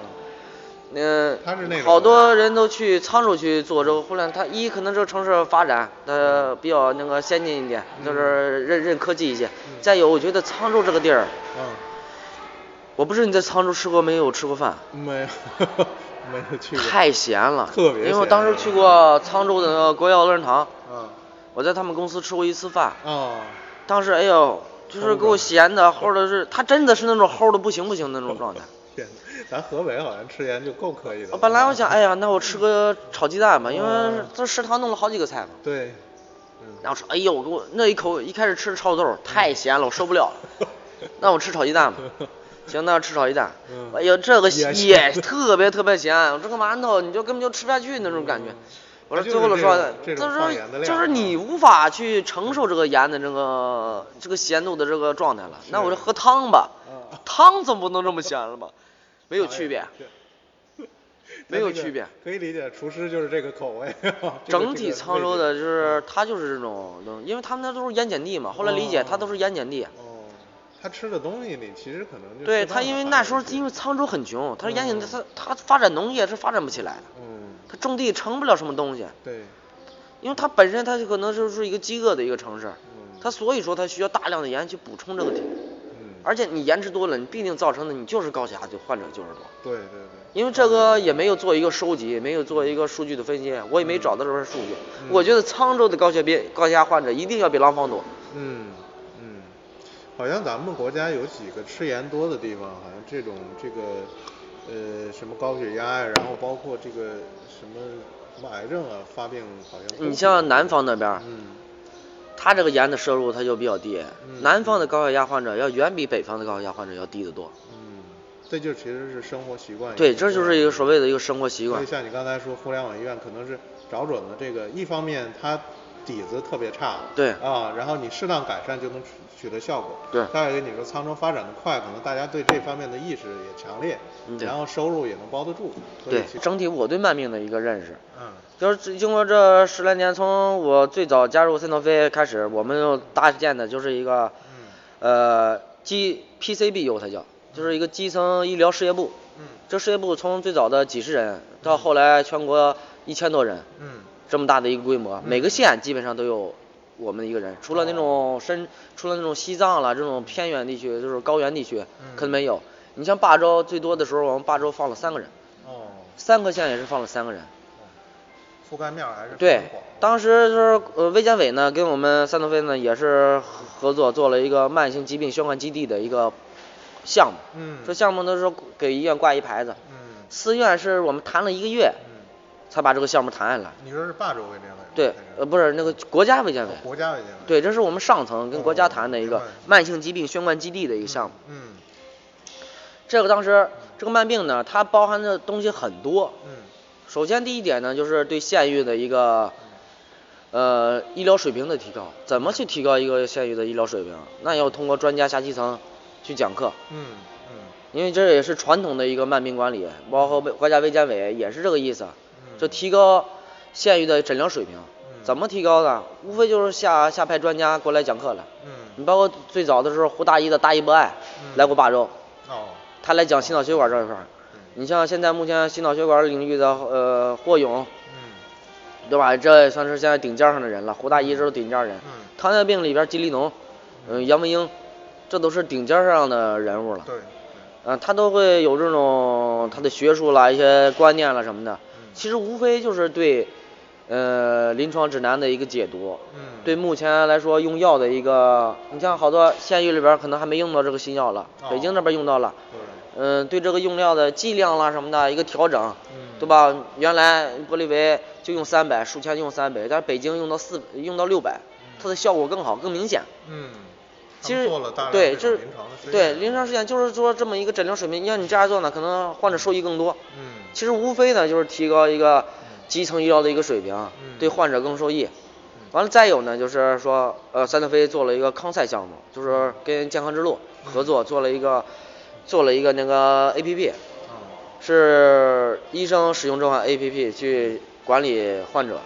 Speaker 2: 嗯
Speaker 1: 他是那，种
Speaker 2: 好多人都去沧州去做这个互联，他一可能这个城市发展它
Speaker 1: 嗯
Speaker 2: 比较那个先进一点，就是认认科技一些。
Speaker 1: 嗯
Speaker 2: 再有，我觉得沧州这个地儿，
Speaker 1: 嗯
Speaker 2: 我不知道你在沧州吃过没有吃过饭，
Speaker 1: 没有 没有去过，
Speaker 2: 太咸了，
Speaker 1: 特别
Speaker 2: 因为我
Speaker 1: 咸
Speaker 2: 当时去过沧州的那个国药乐仁堂，
Speaker 1: 嗯
Speaker 2: 我在他们公司吃过一次饭，
Speaker 1: 啊
Speaker 2: 当时哎呦，就是给我咸的，齁的是，他真的是那种齁的不行不行那种状 态。
Speaker 1: 天哪，咱河北好像吃盐就够可以的了。
Speaker 2: 本来我想，哎呀，那我吃个炒鸡蛋吧，因为
Speaker 1: 嗯
Speaker 2: 这食堂弄了好几个菜嘛。
Speaker 1: 对，嗯
Speaker 2: 然后说，哎呦，我给我那一口，一开始吃臭豆儿太咸了，我受不了 了。那我吃炒鸡蛋吧。行，那吃炒鸡蛋。
Speaker 1: 嗯
Speaker 2: 哎呦，这个
Speaker 1: 也是
Speaker 2: 也特别特别咸，我这个馒头你就根本就吃不下去那种感觉
Speaker 1: 嗯。
Speaker 2: 我说
Speaker 1: 它
Speaker 2: 最后
Speaker 1: 就
Speaker 2: 了
Speaker 1: 是
Speaker 2: 说
Speaker 1: 这种，这种
Speaker 2: 就
Speaker 1: 放盐的
Speaker 2: 是
Speaker 1: 量啊
Speaker 2: 就是你无法去承受这个盐的这个这个咸度的这个状态了。那我就喝汤吧
Speaker 1: 嗯，
Speaker 2: 汤总不能这么咸 了吧？没有
Speaker 1: 哎
Speaker 2: 区别。 没有区别，
Speaker 1: 可以理解，厨师就是这个口味。 这个
Speaker 2: 整体沧州的就。
Speaker 1: 这个味觉
Speaker 2: 是
Speaker 1: 哦嗯
Speaker 2: 它就是这种东西，因为他们那都是盐碱地嘛。后来理解，它都是盐碱地。
Speaker 1: 哦，他吃的东西里其实可能就
Speaker 2: 对
Speaker 1: 适当
Speaker 2: 它，
Speaker 1: 地
Speaker 2: 因为
Speaker 1: 含
Speaker 2: 那
Speaker 1: 有
Speaker 2: 时候
Speaker 1: 一些
Speaker 2: 因为沧州很穷，它是盐碱地，
Speaker 1: 嗯
Speaker 2: 它它发展农业是发展不起来的，
Speaker 1: 嗯，
Speaker 2: 它种地成不了什么东西，
Speaker 1: 对，
Speaker 2: 因为它本身它就可能就是一个饥饿的一个城市，
Speaker 1: 嗯，
Speaker 2: 它所以说它需要大量的盐去补充这个体，
Speaker 1: 嗯，
Speaker 2: 而且你盐吃多了，你必定造成的你就是高血压就患者就是多。
Speaker 1: 对对对，
Speaker 2: 因为这个也没有做一个收集，没有做一个数据的分析，我也没找到这份数据。
Speaker 1: 嗯
Speaker 2: 我觉得沧州的高血病、高血压患者一定要比廊坊多。
Speaker 1: 嗯嗯，好像咱们国家有几个吃盐多的地方，好像这种这个呃什么高血压呀，然后包括这个什么什么癌症啊发病，好像都
Speaker 2: 你
Speaker 1: 是
Speaker 2: 像南方那边儿，
Speaker 1: 嗯
Speaker 2: 它这个盐的摄入它就比较低，
Speaker 1: 嗯
Speaker 2: 南方的高血压患者要远比北方的高血压患者要低得多。
Speaker 1: 嗯，这就其实是生活习惯有关。
Speaker 2: 对，这就是一个所谓的一个生活习
Speaker 1: 所
Speaker 2: 惯
Speaker 1: 以。像你刚才说，互联网医院可能是找准了这个，一方面它底子特别差，
Speaker 2: 对
Speaker 1: 啊，然后你适当改善就能取取得效果。
Speaker 2: 对
Speaker 1: 再一个，你说沧州发展的快，可能大家对这方面的意识也强烈，
Speaker 2: 嗯对
Speaker 1: 然后收入也能包得住。所以
Speaker 2: 对
Speaker 1: 其，实
Speaker 2: 整体我对慢病的一个认识，
Speaker 1: 嗯
Speaker 2: 就是经过这十来年，从我最早加入三道飞开始，我们又搭建的就是一个，
Speaker 1: 嗯
Speaker 2: 呃，G PCBU 它叫，就是一个基层医疗事业部。
Speaker 1: 嗯
Speaker 2: 这事业部从最早的几十人，到后来全国一千多人，
Speaker 1: 嗯
Speaker 2: 这么大的一个规模，每个县基本上都有我们的一个人，除了那
Speaker 1: 哦
Speaker 2: 种深，除了那种西藏啦这种偏远地区，就是高原地区，
Speaker 1: 嗯
Speaker 2: 可能没有。你像霸州，最多的时候我们霸州放了三个人，
Speaker 1: 哦，
Speaker 2: 三个县也是放了三个人。
Speaker 1: 覆盖面儿还是
Speaker 2: 对
Speaker 1: 很广，
Speaker 2: 当时就是呃卫健委呢跟我们三德飞呢也是合合作做了一个慢性疾病宣传基地的一个项目，
Speaker 1: 嗯
Speaker 2: 这项目都是给医院挂一牌子，
Speaker 1: 嗯
Speaker 2: 四院是我们谈了一个月
Speaker 1: 嗯，
Speaker 2: 才把这个项目谈下来。
Speaker 1: 你说是霸州卫健委吗
Speaker 2: 对
Speaker 1: 还是，
Speaker 2: 呃，不是那个国家卫健委，
Speaker 1: 国家卫健委
Speaker 2: 对，这是我们上层跟国家谈的一
Speaker 1: 哦
Speaker 2: 个
Speaker 1: 明白
Speaker 2: 慢性疾病宣传基地的一个项目。
Speaker 1: 嗯
Speaker 2: 这个当时这个慢病呢，它包含的东西很多。
Speaker 1: 嗯
Speaker 2: 首先第一点呢，就是对县域的一个呃，医疗水平的提高，怎么去提高一个县域的医疗水平？啊那要通过专家下基层去讲课，
Speaker 1: 嗯嗯
Speaker 2: 因为这也是传统的一个慢病管理，包括国家卫健委也是这个意思，啊
Speaker 1: 嗯
Speaker 2: 就提高县域的诊疗水平。怎么提高呢？无非就是下下派专家过来讲课了。
Speaker 1: 嗯
Speaker 2: 你包括最早的时候，胡大一的大医博爱
Speaker 1: 嗯
Speaker 2: 来过霸州，
Speaker 1: 哦
Speaker 2: 他来讲心脑血管这一块儿。
Speaker 1: 嗯
Speaker 2: 你像现在目前心脑血管领域的呃霍勇，
Speaker 1: 嗯
Speaker 2: 对吧？这也算是现在顶尖上的人了。胡大一这都顶尖人
Speaker 1: 嗯，
Speaker 2: 糖尿病里边金立农，嗯、杨文英，这都是顶尖上的人物了。
Speaker 1: 对
Speaker 2: 嗯，他都会有这种他的学术啦、一些观念啦什么的，
Speaker 1: 嗯
Speaker 2: 其实无非就是对，呃，临床指南的一个解读，
Speaker 1: 嗯
Speaker 2: 对目前来说用药的一个，你像好多县域里边儿可能还没用到这个新药了，北京
Speaker 1: 哦
Speaker 2: 这边儿用到了，
Speaker 1: 对
Speaker 2: 嗯、对这个用料的剂量啦什么的一个调整，
Speaker 1: 嗯
Speaker 2: 对吧？原来玻利维就用三百，术前用三百，但是北京用到四，用到六百，它的效果更好，更明显。
Speaker 1: 嗯
Speaker 2: 其实
Speaker 1: 做了大量
Speaker 2: 对，
Speaker 1: 这
Speaker 2: 就是
Speaker 1: 种临床的实验
Speaker 2: 对临床试验，就是说这么一个诊疗水平，让你这样做呢，可能患者受益更多。
Speaker 1: 嗯
Speaker 2: 其实无非呢，就是提高一个基层医疗的一个水平，
Speaker 1: 嗯
Speaker 2: 对患者更受益。完了，再有呢，就是说，呃，三德飞做了一个康赛项目，就是
Speaker 1: 嗯
Speaker 2: 跟健康之路合作做了一个，做了一个那个 APP，
Speaker 1: 哦
Speaker 2: 是医生使用这款 APP 去管理患者。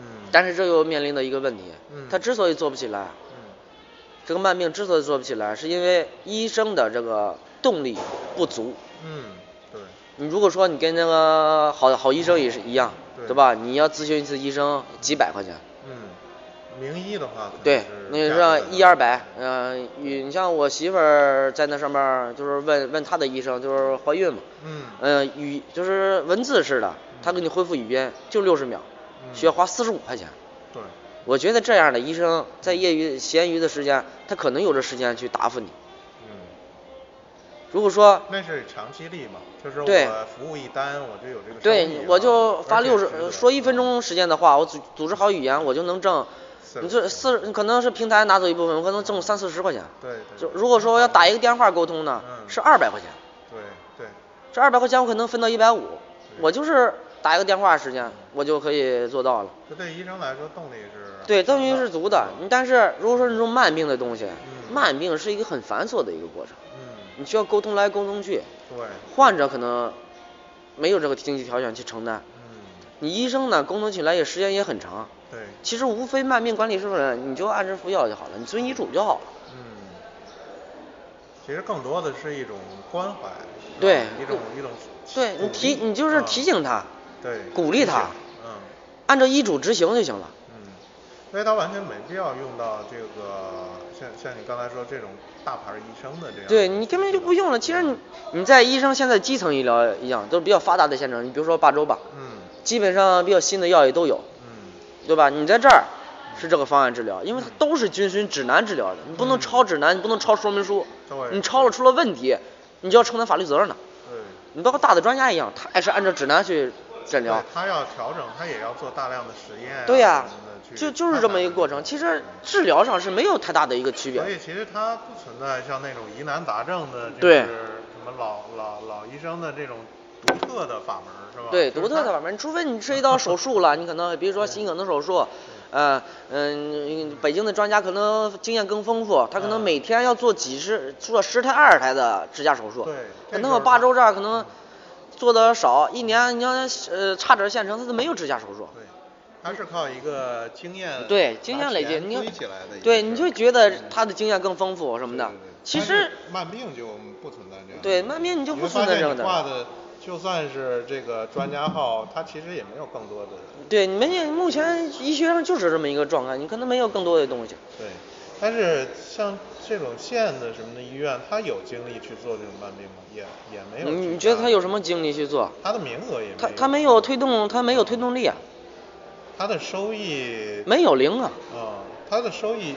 Speaker 1: 嗯
Speaker 2: 但是这又面临的一个问题
Speaker 1: 嗯，
Speaker 2: 他之所以做不起来，
Speaker 1: 嗯
Speaker 2: 这个慢病之所以做不起来，是因为医生的这个动力不足。
Speaker 1: 嗯对
Speaker 2: 你如果说你跟那个好好医生也是一样，
Speaker 1: 对
Speaker 2: 对吧？你要咨询一次医生几百块钱，
Speaker 1: 嗯名医的话可能
Speaker 2: 对
Speaker 1: 是，
Speaker 2: 那
Speaker 1: 价
Speaker 2: 让
Speaker 1: 格
Speaker 2: 一二百，嗯，与你像我媳妇儿在那上面儿，就是问问她的医生，就是怀孕嘛，
Speaker 1: 嗯
Speaker 2: 嗯，语就是文字似的，他给你恢复语音就六十秒，需要花四十五块钱。
Speaker 1: 对
Speaker 2: 我觉得这样的医生在业余闲余的时间，他可能有这时间去答复你。
Speaker 1: 嗯
Speaker 2: 如果说
Speaker 1: 那是长期力嘛，就是
Speaker 2: 对
Speaker 1: 我服务一单我就有这个收益
Speaker 2: 对
Speaker 1: 啊
Speaker 2: 我就发
Speaker 1: 而且
Speaker 2: 六十
Speaker 1: 值得
Speaker 2: 说一分钟时间的话，我组组织好语言，我就能挣。
Speaker 1: 四
Speaker 2: 你
Speaker 1: 十
Speaker 2: 这四可能是平台拿走一部分，我可能挣三四十块钱。
Speaker 1: 对对
Speaker 2: 就
Speaker 1: 对
Speaker 2: 如果说要打一个电话沟通呢，
Speaker 1: 嗯
Speaker 2: 是二百块钱，
Speaker 1: 对对
Speaker 2: 这二百块钱我可能分到一百五，我就是打一个电话时间，我就可以做到了。
Speaker 1: 这对医生来说动力是
Speaker 2: 对，
Speaker 1: 很强
Speaker 2: 证据是足的。你但是如果说这种慢病的东西，
Speaker 1: 嗯
Speaker 2: 慢病是一个很繁琐的一个过程，
Speaker 1: 嗯
Speaker 2: 你需要沟通来沟通去，
Speaker 1: 对
Speaker 2: 患者可能没有这个经济条件去承担，
Speaker 1: 嗯
Speaker 2: 你医生呢沟通起来也时间也很长。
Speaker 1: 对
Speaker 2: 其实无非慢病管理是不是你就按时服药就好了，你遵医嘱就好了。
Speaker 1: 嗯，其实更多的是一种关怀，是吧
Speaker 2: 对
Speaker 1: 一种一种鼓励
Speaker 2: 对你提你啊就是提醒他，
Speaker 1: 嗯对
Speaker 2: 鼓励他
Speaker 1: 提醒嗯。
Speaker 2: 按照医嘱执行就行了。
Speaker 1: 嗯，所以他完全没必要用到这个，像像你刚才说这种大牌儿医生的这样。
Speaker 2: 对啊你根本就不用了。其实你你在医生现在基层医疗一样都是比较发达的县城，你比如说霸州吧，
Speaker 1: 嗯
Speaker 2: 基本上比较新的药也都有，
Speaker 1: 嗯
Speaker 2: 对吧？你在这儿是这个方案治疗，因为它都是遵循指南治疗的，你不能超指南，你不能超说明书
Speaker 1: 对，
Speaker 2: 你超了出了问题，你就要承担法律责任的。
Speaker 1: 对。
Speaker 2: 你包括大的专家一样，他也是按照指南去诊疗
Speaker 1: 对。他要调整，他也要做大量的实验、啊
Speaker 2: 对呀、
Speaker 1: 什么的去
Speaker 2: 就就是这么一个过程。其实治疗上是没有太大的一个区别
Speaker 1: 所。以其实它不存在像那种疑难杂症的，就
Speaker 2: 对
Speaker 1: 是什么老老老医生的这种独特的法门儿是吧？
Speaker 2: 对，
Speaker 1: 就是
Speaker 2: 独特的
Speaker 1: 它
Speaker 2: 法门，除非你涉及到手术了，你可能比如说心梗的手术，呃，嗯、北京的专家可能经验更丰富，他可
Speaker 1: 嗯
Speaker 2: 能每天要做几十、做十台、二十台的支架手术。
Speaker 1: 对
Speaker 2: 可
Speaker 1: 这
Speaker 2: 能
Speaker 1: 就
Speaker 2: 我
Speaker 1: 是嗯
Speaker 2: 霸州这儿可能做的少，一年你要呃差点县城，他都没有支架手术。
Speaker 1: 对，它是靠一个经验
Speaker 2: 对，经验累积，
Speaker 1: 积
Speaker 2: 你就
Speaker 1: 呃堆起来的一个事儿。
Speaker 2: 对，你就觉得他的经验更丰富什么的
Speaker 1: 对对对。
Speaker 2: 其
Speaker 1: 但
Speaker 2: 实
Speaker 1: 是慢病就不存在这样的。
Speaker 2: 对慢病你就不
Speaker 1: 会
Speaker 2: 存在
Speaker 1: 发现
Speaker 2: 这样的
Speaker 1: 你挂的就算是这个专家号，它其实也没有更多的。
Speaker 2: 对，你们目前医学上就是这么一个状态，你可能没有更多的东西。
Speaker 1: 对，但是像这种县的什么的医院，它有精力去做这种慢病吗？也也没有。
Speaker 2: 你你觉得他有什么？精力去做？
Speaker 1: 他的名额也没有。
Speaker 2: 他他没有推动，他没有推动力啊，
Speaker 1: 它的收益
Speaker 2: 没有零啊。
Speaker 1: 啊，它的收益，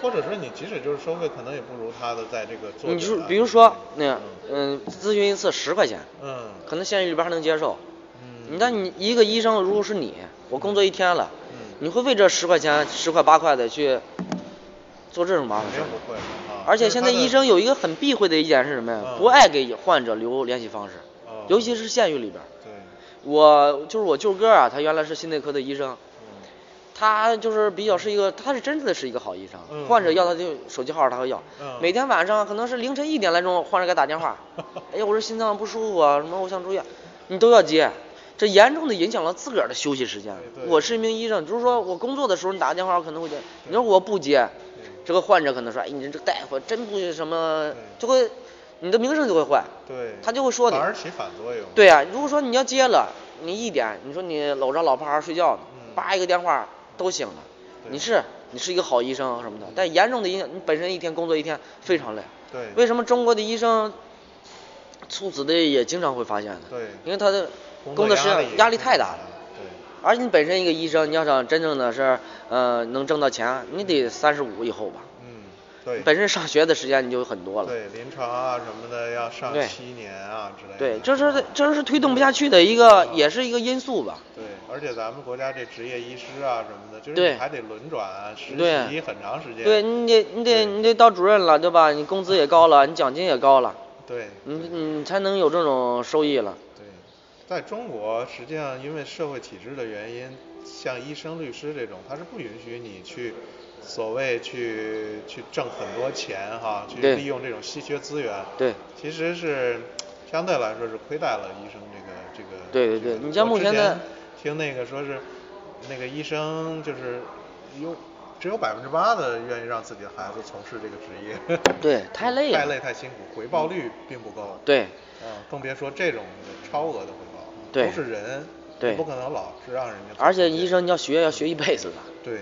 Speaker 1: 或者说你即使就是收费，可能也不如它的在这个做。
Speaker 2: 你就比如说那样
Speaker 1: 嗯，
Speaker 2: 嗯，咨询一次十块钱，
Speaker 1: 嗯
Speaker 2: 可能县里边还能接受。
Speaker 1: 嗯
Speaker 2: 你那你一个医生，如果是你，我工作一天了，
Speaker 1: 嗯
Speaker 2: 你会为这十块钱、十块八块的去做这种麻烦
Speaker 1: 肯
Speaker 2: 事
Speaker 1: 定
Speaker 2: 儿？
Speaker 1: 不会啊。
Speaker 2: 而且
Speaker 1: 就是
Speaker 2: 现
Speaker 1: 它
Speaker 2: 在
Speaker 1: 的
Speaker 2: 医生有一个很避讳的一点是什么呀？
Speaker 1: 嗯
Speaker 2: 不爱给患者留联系方式，
Speaker 1: 哦
Speaker 2: 尤其是县域里边儿。
Speaker 1: 对，
Speaker 2: 我就是我舅哥啊，他原来是心内科的医生，
Speaker 1: 嗯
Speaker 2: 他就是比较是一个，他是真的是一个好医生。
Speaker 1: 嗯
Speaker 2: 患者要他就手机号他会要，
Speaker 1: 嗯，
Speaker 2: 每天晚上可能是凌晨一点来钟，患者给打电话 哎呀，我这心脏不舒服啊，什么我想住院，你都要接，这严重的影响了自个儿的休息时间
Speaker 1: 对。对
Speaker 2: 我是一名医生，就是说我工作的时候你打个电话我可能会接，你说我不接，这个患者可能说，哎，你这大夫真不什么，
Speaker 1: 对
Speaker 2: 就会你的名声就会坏。
Speaker 1: 对，
Speaker 2: 他就会说你
Speaker 1: 反而起反作用。
Speaker 2: 对啊呀、如果说你要接了，你一点，你说你搂着老婆孩睡觉呢
Speaker 1: 嗯，
Speaker 2: 叭一个电话都醒了，
Speaker 1: 对
Speaker 2: 你是你是一个好医生什么的，但严重的影响你本身一天工作一天非常累。
Speaker 1: 对
Speaker 2: 为什么中国的医生猝死的也经常会发现呢？
Speaker 1: 对
Speaker 2: 因为他的
Speaker 1: 工
Speaker 2: 工
Speaker 1: 作
Speaker 2: 作
Speaker 1: 压
Speaker 2: 时间
Speaker 1: 力
Speaker 2: 压力太大了。
Speaker 1: 对，
Speaker 2: 而你本身一个医生，你要想真正的是，呃，能挣到钱，你得三十五以后吧。
Speaker 1: 嗯，对，
Speaker 2: 本身上学的时间你就很多了。
Speaker 1: 对临床啊什么的要上
Speaker 2: 对
Speaker 1: 七年啊之类的。
Speaker 2: 对，这是这是推动不下去的一个，
Speaker 1: 嗯
Speaker 2: 也是一个因素吧。
Speaker 1: 对，而且咱们国家这职业医师啊什么的，就是
Speaker 2: 对
Speaker 1: 你还得轮转啊实
Speaker 2: 对
Speaker 1: 习很长时间。
Speaker 2: 对你得你得你得当主任了，对吧？你工资也高了，你奖金也高了，
Speaker 1: 对，
Speaker 2: 你你才能有这种收益了。
Speaker 1: 对，在中国实际上因为社会体制的原因，像医生、律师这种，他是不允许你去所谓去去挣很多钱哈，去
Speaker 2: 对
Speaker 1: 利用这种稀缺资源。
Speaker 2: 对，
Speaker 1: 其实是相对来说是亏待了医生这个这个。
Speaker 2: 对对对
Speaker 1: 这个
Speaker 2: 你像目前的
Speaker 1: 我之前听那个说是那个医生就是有只有百分之八的愿意让自己的孩子从事这个职业。
Speaker 2: 对太累了
Speaker 1: 太累太辛苦，回报率并不高。
Speaker 2: 对
Speaker 1: 嗯，更别说这种的超额的回报，
Speaker 2: 对
Speaker 1: 都是人，
Speaker 2: 对
Speaker 1: 你不可能老是让人家。
Speaker 2: 而且医生要学要学一辈子的，
Speaker 1: 对，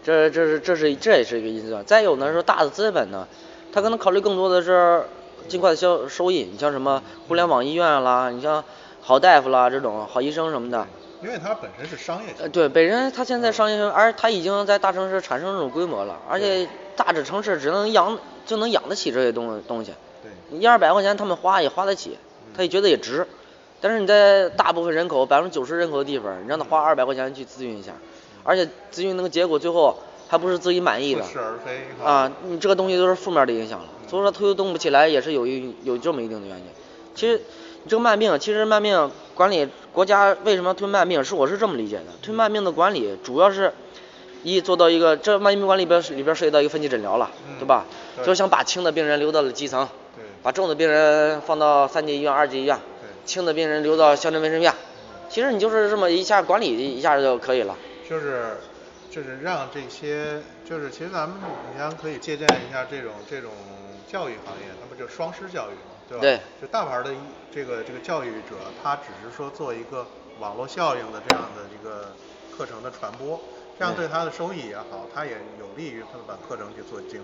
Speaker 2: 这这是这是这也是一个因素。再有呢是大的资本呢，他可能考虑更多的是尽快的消收益。你像什么互联网医院啦，你像好大夫啦这种好医生什么的。
Speaker 1: 因为它本身是商业性
Speaker 2: 呃，对，本身它现在商业，而它已经在大城市产生这种规模了，而且大的城市只能养就能养得起这些东东西，
Speaker 1: 对，嗯
Speaker 2: 一二百块钱他们花也花得起，他也觉得也值。但是你在大部分人口百分之九十人口的地方，你让他花二百块钱去咨询一下，
Speaker 1: 嗯
Speaker 2: 而且咨询那个结果最后还不是自己满意
Speaker 1: 不
Speaker 2: 的，
Speaker 1: 是而非哈
Speaker 2: 啊，你这个东西都是负面的影响了，所以说推动不起来也是有一有这么一定的原因。其实你这个慢病，其实慢病管理国家为什么推慢病，是我是这么理解的，推慢病的管理主要是一做到一个这慢病管理里边里边涉及到一个分级诊疗了，
Speaker 1: 嗯
Speaker 2: 对吧？
Speaker 1: 对
Speaker 2: 就是想把轻的病人留到了基层，
Speaker 1: 对
Speaker 2: 把重的病人放到三级医院、二级医院，
Speaker 1: 对
Speaker 2: 轻的病人留到乡镇卫生院。其实你就是这么一下管理一下就可以了。
Speaker 1: 就是就是让这些就是其实咱们你像可以借鉴一下这种这种教育行业，那不就双师教育嘛，对吧？
Speaker 2: 对
Speaker 1: 就大牌的一这个这个教育者，他只是说做一个网络效应的这样的一个课程的传播，这样对
Speaker 2: 对
Speaker 1: 他的收益也好，他也有利于他把课程去做精。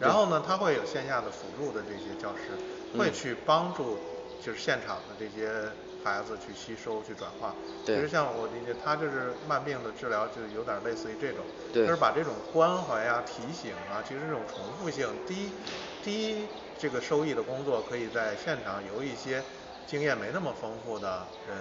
Speaker 1: 然后呢，他会有线下的辅助的这些教师，会
Speaker 2: 嗯
Speaker 1: 去帮助就是现场的这些孩子去吸收去转化。
Speaker 2: 对
Speaker 1: 其实像我理解，他就是慢病的治疗，就有点类似于这种，
Speaker 2: 对
Speaker 1: 就是把这种关怀啊、提醒啊，其实这种重复性低低这个收益的工作，可以在现场由一些经验没那么丰富的人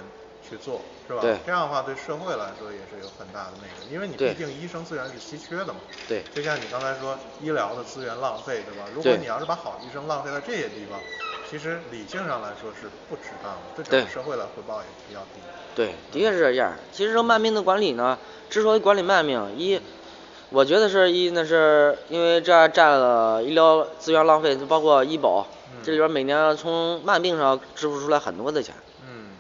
Speaker 1: 去做，是吧？
Speaker 2: 对
Speaker 1: 这样的话对社会来说也是有很大的那个，因为你毕
Speaker 2: 对
Speaker 1: 竟医生资源是稀缺的嘛。
Speaker 2: 对
Speaker 1: 就像你刚才说医疗的资源浪费，对吧？如果
Speaker 2: 对
Speaker 1: 你要是把好医生浪费在这些地方，其实理性上来说是不值当的，对整
Speaker 2: 对
Speaker 1: 个社会的回报也比较低。
Speaker 2: 对，的确是这样。其实说慢病的管理呢，之所以管理慢病，一，我觉得是一那是因为这样占了医疗资源浪费，就包括医保，这里边每年从慢病上支付出来很多的钱，
Speaker 1: 嗯，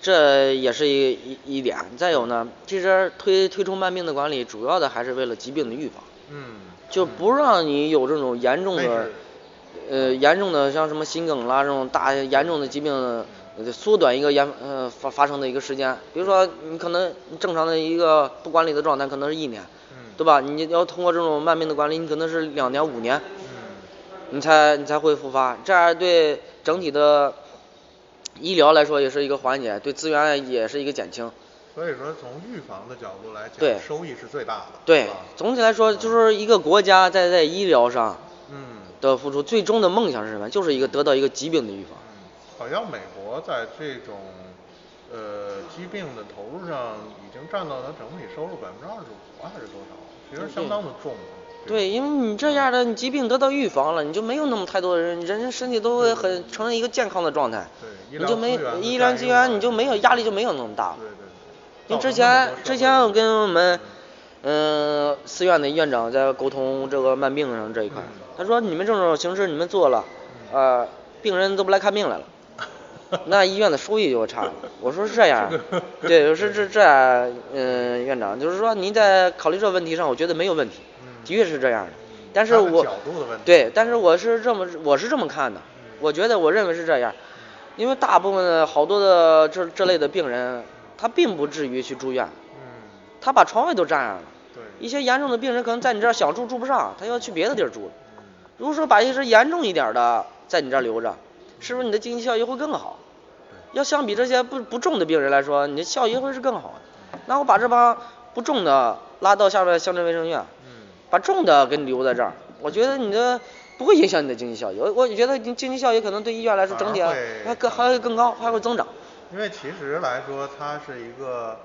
Speaker 2: 这也是一一一点。再有呢，其实推推出慢病的管理，主要的还是为了疾病的预防，
Speaker 1: 嗯，
Speaker 2: 就不让你有这种严重
Speaker 1: 但
Speaker 2: 的
Speaker 1: 是。
Speaker 2: 呃，严重的像什么心梗啦这种大严重的疾病，呃缩短一个严呃发发生的一个时间。比如说你可能你正常的一个不管理的状态可能是一年，
Speaker 1: 嗯
Speaker 2: 对吧？你要通过这种慢病的管理，你可能是两年五年，
Speaker 1: 嗯，
Speaker 2: 你才你才会复发。这样对整体的医疗来说也是一个缓解，对资源也是一个减轻。
Speaker 1: 所以说从预防的角度来
Speaker 2: 对
Speaker 1: 讲，收益是最大的。
Speaker 2: 对
Speaker 1: 是吧，
Speaker 2: 总体来说就是一个国家在在医疗上
Speaker 1: 嗯
Speaker 2: 的付出，最终的梦想是什么？就是一个得到一个疾病的预防。
Speaker 1: 嗯，好像美国在这种呃疾病的投入上，已经占到它整体收入百分之二十五啊还是多少？其实相当的重。啊
Speaker 2: 对，因为你这样的，你疾病得到预防了，你就没有那么太多的人，人身体都会很呈现一个健康的状态，
Speaker 1: 对，
Speaker 2: 你就没医
Speaker 1: 医
Speaker 2: 疗
Speaker 1: 疗
Speaker 2: 资
Speaker 1: 资
Speaker 2: 源，
Speaker 1: 源
Speaker 2: 你就没有压力，就没有那么大了
Speaker 1: 对。对对。
Speaker 2: 因为之
Speaker 1: 造成那么多社会
Speaker 2: 前之前我跟我们嗯，寺院的院长在沟通这个慢病上这一块，
Speaker 1: 嗯
Speaker 2: 他说你们这种形式你们做了，呃，病人都不来看病来 了。那医院的收益就差了。我说是这样，对，我说这这样，嗯、院长就是说您在考虑这问题上，我觉得没有问题，的确是这样的。但是
Speaker 1: 看看
Speaker 2: 我
Speaker 1: 角度嗯的问题嗯
Speaker 2: 对，但是我是这么我是这么看的，我觉得我认为是这样，因为大部分的好多的这这类的病人，他并不至于去住院，
Speaker 1: 嗯，
Speaker 2: 他把床位都占上了。
Speaker 1: 对，
Speaker 2: 一些严重的病人可能在你这儿想住住不上，他要去别的地儿住了。
Speaker 1: 嗯
Speaker 2: 如果说把一些严重一点的在你这儿留着，是不是你的经济效益会更好？要相比这些不不重的病人来说，你的效益会是更好的。那我把这帮不重的拉到下边乡镇卫生院，
Speaker 1: 嗯
Speaker 2: 把重的给你留在这儿，我觉得你的不会影响你的经济效益。我我觉得你经济效益可能对医院来说整体
Speaker 1: 反而会啊
Speaker 2: 还更还会更高，还会增长。
Speaker 1: 因为其实来说，它是一个，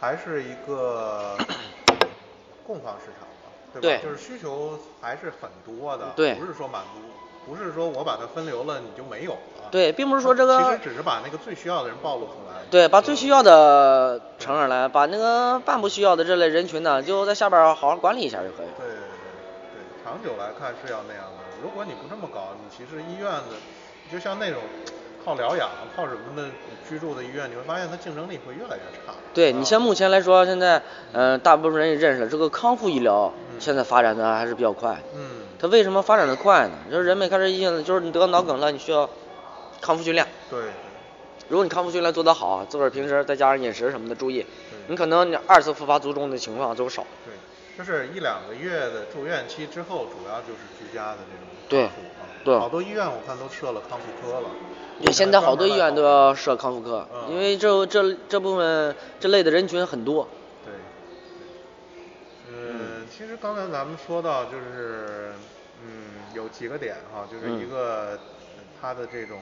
Speaker 1: 还是一个供方市场嘛，对吧？
Speaker 2: 对
Speaker 1: 就是需求还是很多的，
Speaker 2: 对
Speaker 1: 不是说满足，不是说我把它分流了你就没有了，
Speaker 2: 对，并不是说这个
Speaker 1: 其实只是把那个最需要的人暴露出来，
Speaker 2: 对，把最需要的呈上来，把那个半不需要的这类人群呢，就在下边儿好好管理一下就可以
Speaker 1: 对对
Speaker 2: 了。
Speaker 1: 对，长久来看是要那样的。如果你不这么搞，你其实医院的，就像那种靠疗养、靠什么的居住的医院，你会发现它竞争力会越来越差。
Speaker 2: 对你像
Speaker 1: 啊
Speaker 2: 目前来说，现在，嗯、大部分人也认识了这个康复医疗
Speaker 1: 嗯
Speaker 2: 现在发展的还是比较快的。
Speaker 1: 嗯，
Speaker 2: 它为什么发展的快呢？就是人们开始意识，就是你得脑梗了，你需要康复训练。
Speaker 1: 对对
Speaker 2: 如果你康复训练做得好，啊自个儿平时再加上饮食什么的注意，
Speaker 1: 对嗯
Speaker 2: 你可能你二次复发卒中的情况就会少。
Speaker 1: 对，就是一两个月的住院期之后，主要就是居家的这种
Speaker 2: 对
Speaker 1: 康复啊
Speaker 2: 对
Speaker 1: 好多医院我看都设了康复科了。
Speaker 2: 对，现在好多医院都要设康复科，
Speaker 1: 嗯
Speaker 2: 因为这这这部分这类的人群很多。
Speaker 1: 对，嗯，其实刚才咱们说到就是，嗯，有几个点哈，就是一
Speaker 2: 嗯
Speaker 1: 个他的这种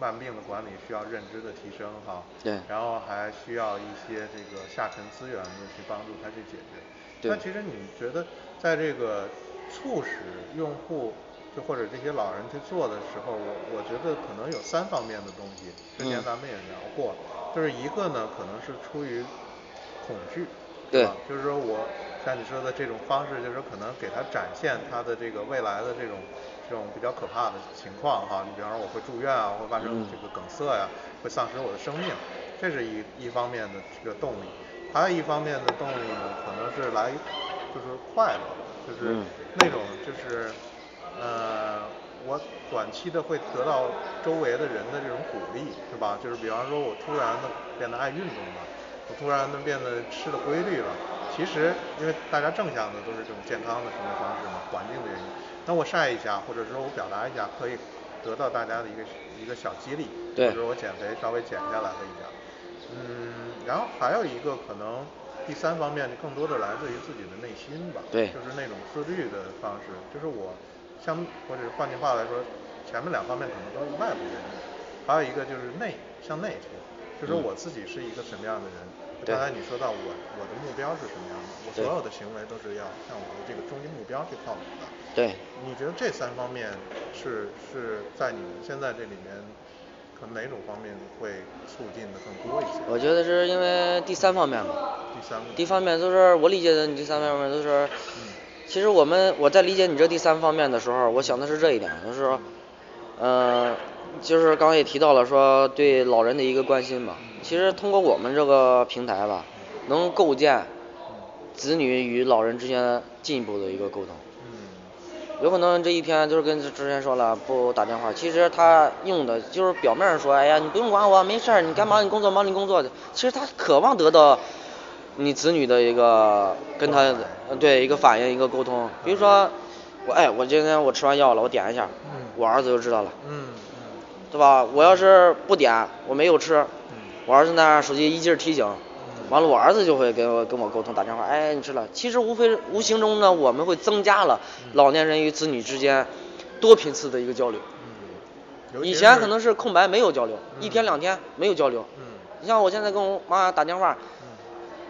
Speaker 1: 慢病的管理需要认知的提升哈，
Speaker 2: 对
Speaker 1: 然后还需要一些这个下沉资源的去帮助他去解决。
Speaker 2: 对
Speaker 1: 那其实你觉得在这个促使用户。就或者这些老人去做的时候，我我觉得可能有三方面的东西，之前
Speaker 2: 嗯
Speaker 1: 咱们也聊过，就是一个呢，可能是出于恐惧，
Speaker 2: 对
Speaker 1: 吧？就是说我像你说的这种方式，就是可能给他展现他的这个未来的这种这种比较可怕的情况哈。你比方说我会住院啊，会发生
Speaker 2: 嗯
Speaker 1: 这个梗塞呀、会丧失我的生命，这是一一方面的这个动力。还有一方面的动力呢，可能是来就是快乐，就是
Speaker 2: 嗯
Speaker 1: 那种就是呃，我短期的会得到周围的人的这种鼓励，是吧？就是比方说我突然的变得爱运动了，我突然的变得吃的规律了。其实因为大家正向的都是这种健康的生活方式嘛，环境的原因。那我晒一下，或者说我表达一下，可以得到大家的一个一个小激励，
Speaker 2: 对
Speaker 1: 或者我减肥稍微减下来了一点儿。嗯，然后还有一个可能第三方面更多的来自于自己的内心吧，
Speaker 2: 对
Speaker 1: 就是那种自律的方式，就是我相或者换句话来说，前面两方面可能都是外部原因，还有一个就是内向内求，就是说
Speaker 2: 嗯
Speaker 1: 我自己是一个什么样的人。就
Speaker 2: 对
Speaker 1: 刚才你说到我我的目标是什么样的，我所
Speaker 2: 对
Speaker 1: 有的行为都是要向我的这个终极目标去靠拢的。
Speaker 2: 对，
Speaker 1: 你觉得这三方面是是在你们现在这里面，可能哪种方面会促进的更多一些？
Speaker 2: 我觉得是因为第三方面嘛，
Speaker 1: 第三个
Speaker 2: 第一方面就是我理解的，你第三方面就是，其实我们我在理解你这第三方面的时候，我想的是这一点，就是说，呃，就是刚刚也提到了说对老人的一个关心嘛。其实通过我们这个平台吧，能构建子女与老人之间进一步的一个沟通。
Speaker 1: 嗯
Speaker 2: 有可能这一天就是跟之前说了不打电话，其实他用的就是表面上说，哎呀，你不用管我，没事儿，你该忙你工作忙你工作去。其实他渴望得到你子女的一个跟他
Speaker 1: 关怀
Speaker 2: 呃对一个反应一个沟通，比如说我哎我今天我吃完药了，我点一下
Speaker 1: 嗯，
Speaker 2: 我儿子就知道了，
Speaker 1: 嗯
Speaker 2: 对吧？我要是不点，我没有吃，
Speaker 1: 嗯
Speaker 2: 我儿子那手机一劲儿提醒，
Speaker 1: 嗯
Speaker 2: 完了我儿子就会跟我跟我沟通打电话，哎，你吃了。其实无非无形中呢，我们会增加了老年人与子女之间多频次的一个交流。
Speaker 1: 嗯，
Speaker 2: 以前可能是空白没有交流，
Speaker 1: 嗯
Speaker 2: 一天两天没有交流。
Speaker 1: 嗯
Speaker 2: 你像我现在跟我妈打电话，
Speaker 1: 嗯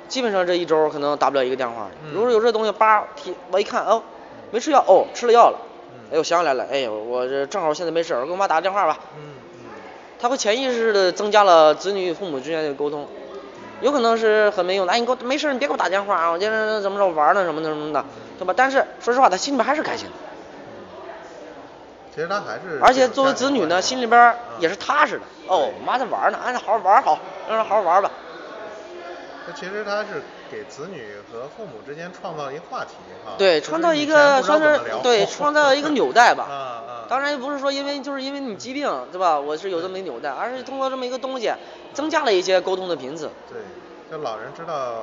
Speaker 2: 基本上这一周可能打不了一个电话。
Speaker 1: 嗯
Speaker 2: 如果有这东西，叭提我一看，哦，没吃药，哦，吃了药了。
Speaker 1: 嗯
Speaker 2: 哎，我想起来了，哎，我这正好现在没事儿，我给我妈打个电话吧。
Speaker 1: 嗯嗯
Speaker 2: 他会潜意识的增加了子女与父母之间的沟通。有可能是很没用的。哎，你给我没事，你别给我打电话啊，我今天怎么着玩呢，什么的什么的，对吧？但是说实话，他心里边还是开心的。
Speaker 1: 其实他还是，
Speaker 2: 而且作为子女呢，心里边
Speaker 1: 啊
Speaker 2: 儿
Speaker 1: 嗯
Speaker 2: 也是踏实的。哦，我
Speaker 1: 对
Speaker 2: 妈在玩呢，哎，那好好玩儿好，让她好好玩儿吧。
Speaker 1: 那其实他是给子女和父母之间创造一话题哈，
Speaker 2: 对，
Speaker 1: 啊就是
Speaker 2: 创造
Speaker 1: 以
Speaker 2: 一
Speaker 1: 前
Speaker 2: 个
Speaker 1: 不知道
Speaker 2: 算
Speaker 1: 怎
Speaker 2: 是
Speaker 1: 么聊
Speaker 2: 对创造一个纽带吧。
Speaker 1: 啊啊，
Speaker 2: 当然不是说因为就是因为你疾病对吧？我是有这么一纽带，而是通过这么一个东西，增加了一些沟通的频次。
Speaker 1: 对，就老人知道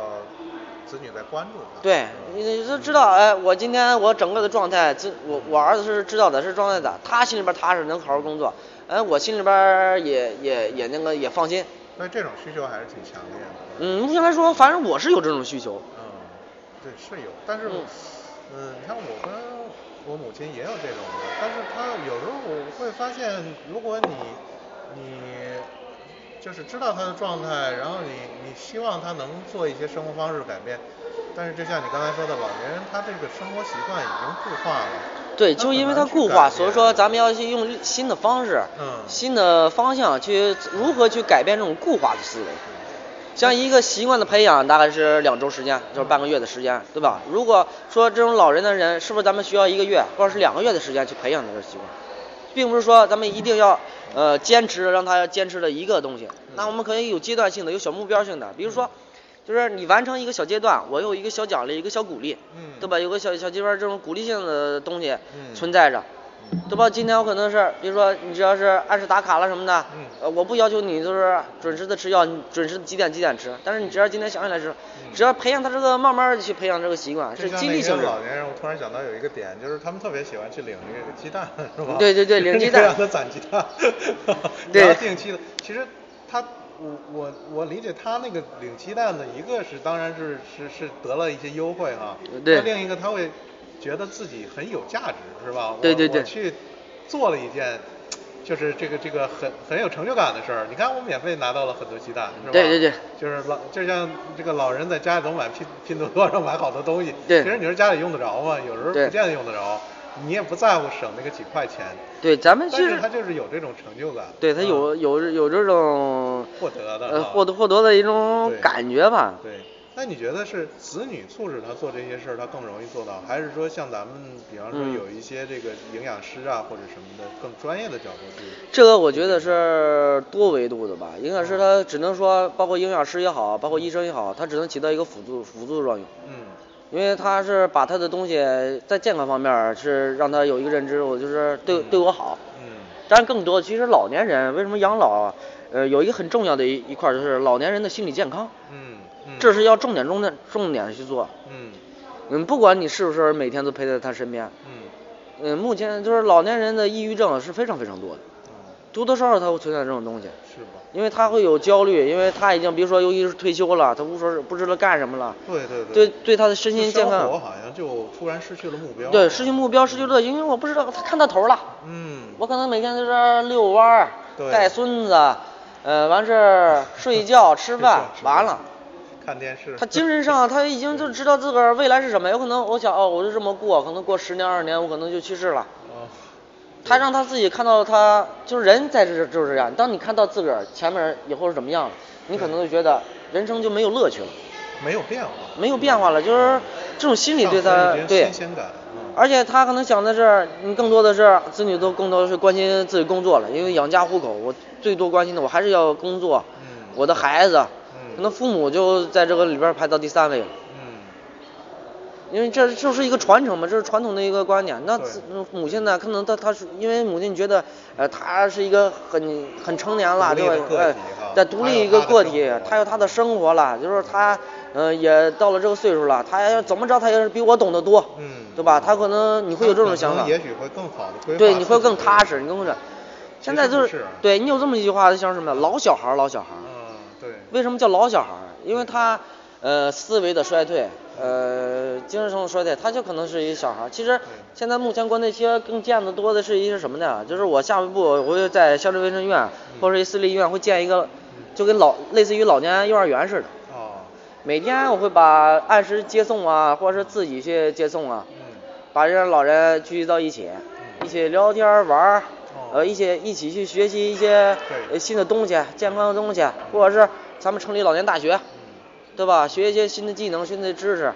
Speaker 1: 子女在关注他，嗯
Speaker 2: 对，你你就知道，哎，我今天我整个的状态，这我我儿子是知道的，是状态的，他心里边踏实，能好好工作，哎，我心里边也也也那个也放心。
Speaker 1: 所以这种需求还是挺强烈的。
Speaker 2: 嗯，目前来说，反正我是有这种需求。
Speaker 1: 嗯，对，是有，但是，
Speaker 2: 嗯
Speaker 1: 嗯，你看我跟我母亲也有这种的，但是她有时候我会发现，如果你你就是知道她的状态，然后你你希望她能做一些生活方式改变，但是就像你刚才说的，老年人他这个生活习惯已经固化了，
Speaker 2: 对，
Speaker 1: 他
Speaker 2: 就
Speaker 1: 很
Speaker 2: 因为它
Speaker 1: 难去
Speaker 2: 固
Speaker 1: 改
Speaker 2: 化，
Speaker 1: 变
Speaker 2: 所以说咱们要去用新的方式、
Speaker 1: 嗯
Speaker 2: 新的方向去如何去改变这种固化的思维。像一个习惯的培养，大概是两周时间，就是半个月的时间，对吧？如果说这种老人的人，是不是咱们需要一个月或者是两个月的时间去培养这个习惯，并不是说咱们一定要呃坚持让他坚持的一个东西。
Speaker 1: 嗯
Speaker 2: 那我们可以有阶段性的，有小目标性的，比如说，就是你完成一个小阶段，我有一个小奖励，一个小鼓励，
Speaker 1: 嗯
Speaker 2: 对吧？有个小小阶段这种鼓励性的东西
Speaker 1: 嗯
Speaker 2: 存在着。对吧？今天我可能是，比如说你只要是按时打卡了什么的，
Speaker 1: 嗯
Speaker 2: 呃，我不要求你就是准时的吃药，你准时几点几点吃，但是你只要今天想起来吃，只要培养他这个慢慢的去培啊养这个习惯，
Speaker 1: 嗯就是像
Speaker 2: 激
Speaker 1: 那
Speaker 2: 励
Speaker 1: 些
Speaker 2: 性质。
Speaker 1: 老年人，我突然想到有一个点，就是他们特别喜欢去领这个鸡蛋，是吧？
Speaker 2: 对对对领
Speaker 1: 就是
Speaker 2: 鸡
Speaker 1: 你
Speaker 2: 蛋
Speaker 1: 让他攒鸡蛋，
Speaker 2: 对
Speaker 1: 然后定期的。其实他，我我我理解他那个领鸡蛋的一个是，当然是是是得了一些优惠哈、
Speaker 2: 对
Speaker 1: 那另一个他会觉得自己很有价值，是吧？我
Speaker 2: 对对对
Speaker 1: 我去做了一件。就是这个这个很很有成就感的事儿，你看我免费拿到了很多鸡蛋，是吧？
Speaker 2: 对对对
Speaker 1: 就是老就像这个老人在家里头买拼拼多多上买好多东西，
Speaker 2: 对
Speaker 1: 其实你说家里用得着吗？有时候
Speaker 2: 对
Speaker 1: 不见得用得着，你也不在乎省那个几块钱，
Speaker 2: 对，咱们
Speaker 1: 但
Speaker 2: 就是
Speaker 1: 他就是有这种成就感，
Speaker 2: 对他有
Speaker 1: 嗯
Speaker 2: 有有这种
Speaker 1: 获得的
Speaker 2: 呃
Speaker 1: 啊
Speaker 2: 获得获得的一种
Speaker 1: 对
Speaker 2: 感觉吧。
Speaker 1: 对。那你觉得是子女促使他做这些事儿，他更容易做到，还是说像咱们，比方说
Speaker 2: 嗯
Speaker 1: 有一些这个营养师啊、或者什么的更专业的角度去？
Speaker 2: 这个我觉得是多维度的吧，营养师
Speaker 1: 嗯
Speaker 2: 他只能说，包括营养师也好，包括医生也好，他只能起到一个辅助辅助作用。
Speaker 1: 嗯
Speaker 2: 因为他是把他的东西在健康方面儿是让他有一个认知，我就是对对我好。
Speaker 1: 嗯
Speaker 2: 当然，更多其实老年人为什么养老啊？呃，有一个很重要的一一块儿就是老年人的心理健康，
Speaker 1: 嗯嗯，
Speaker 2: 这是要重点重点重点地去做。
Speaker 1: 嗯
Speaker 2: 嗯，不管你是不是每天都陪在他身边，
Speaker 1: 嗯
Speaker 2: 嗯，目前就是老年人的抑郁症是非常非常多的，
Speaker 1: 嗯，
Speaker 2: 多多少少他会存在这种东西。
Speaker 1: 是吧？
Speaker 2: 因为他会有焦虑，因为他已经比如说，尤其是退休了，他无所不知道干什么了，
Speaker 1: 对对对
Speaker 2: 对对他的身心健康
Speaker 1: 生活好像就突然失去了目标。
Speaker 2: 对，失去目标，失去乐趣，因为我不知道他看到头了。
Speaker 1: 嗯，
Speaker 2: 我可能每天在这儿遛弯儿
Speaker 1: 对，
Speaker 2: 带孙子，呃，完事 儿睡觉、吃饭，完了。
Speaker 1: 看电视。
Speaker 2: 他精神上他已经就知道自个儿未来是什么，有可能我想哦，我就这么过，可能过十年二十年，我可能就去世了。
Speaker 1: 哦，
Speaker 2: 他让他自己看到他，就是人在这就是这样。当你看到自个儿前面以后是怎么样了，你可能就觉得人生就没有乐趣了，
Speaker 1: 没有变化。
Speaker 2: 没有变化了，就是这种心理对他
Speaker 1: 丧失了一些
Speaker 2: 对
Speaker 1: 新。鲜感。嗯
Speaker 2: 而且他可能想的是，你更多的是子女都更多的是关心自己工作了，因为养家糊口，我最多关心的我还是要工作，
Speaker 1: 嗯
Speaker 2: 我的孩子，
Speaker 1: 嗯
Speaker 2: 可能父母就在这个里边儿排到第三位了，
Speaker 1: 嗯，
Speaker 2: 因为这就是一个传承嘛，这是传统的一个观点。那
Speaker 1: 对
Speaker 2: 子母亲呢，可能她她是因为母亲觉得，呃，她是一个很很成年了，
Speaker 1: 独立
Speaker 2: 对
Speaker 1: 的
Speaker 2: 吧
Speaker 1: 个？
Speaker 2: 哎
Speaker 1: 体哈，
Speaker 2: 对，独
Speaker 1: 她
Speaker 2: 立
Speaker 1: 有
Speaker 2: 一
Speaker 1: 她
Speaker 2: 个
Speaker 1: 的
Speaker 2: 个
Speaker 1: 生
Speaker 2: 体
Speaker 1: 活，
Speaker 2: 她有她的生活了，就是她，呃，也到了这个岁数了，她要怎么着，她也是比我懂得多，
Speaker 1: 嗯
Speaker 2: 对吧？她可能你会有这
Speaker 1: 他
Speaker 2: 种
Speaker 1: 可能
Speaker 2: 想法，
Speaker 1: 也许会更好的规划。
Speaker 2: 对，你会更踏实，你更是。现在就
Speaker 1: 其实不是啊
Speaker 2: 对你有这么一句话，就像什么呀老小孩儿，老小孩儿。
Speaker 1: 嗯，对。
Speaker 2: 为什么叫老小孩儿？因为他，呃，思维的衰退，呃，精神上的衰退，他就可能是一个小孩儿。其实现在目前国内其实更见得多的是一些什么呢？就是我下一步我会在乡镇卫生院或者一私立医院会建一个，就跟老类似于老年幼儿园似的。
Speaker 1: 哦，
Speaker 2: 每天我会把按时接送啊，或者是自己去接送啊，
Speaker 1: 嗯
Speaker 2: 把这些老人聚集到一起，一起聊天儿玩儿，
Speaker 1: 哦
Speaker 2: 呃，一起一起去学习一些
Speaker 1: 对
Speaker 2: 呃新的东西、健康的东西，或者是咱们成立老年大学，
Speaker 1: 嗯
Speaker 2: 对吧？学一些新的技能、新的知识，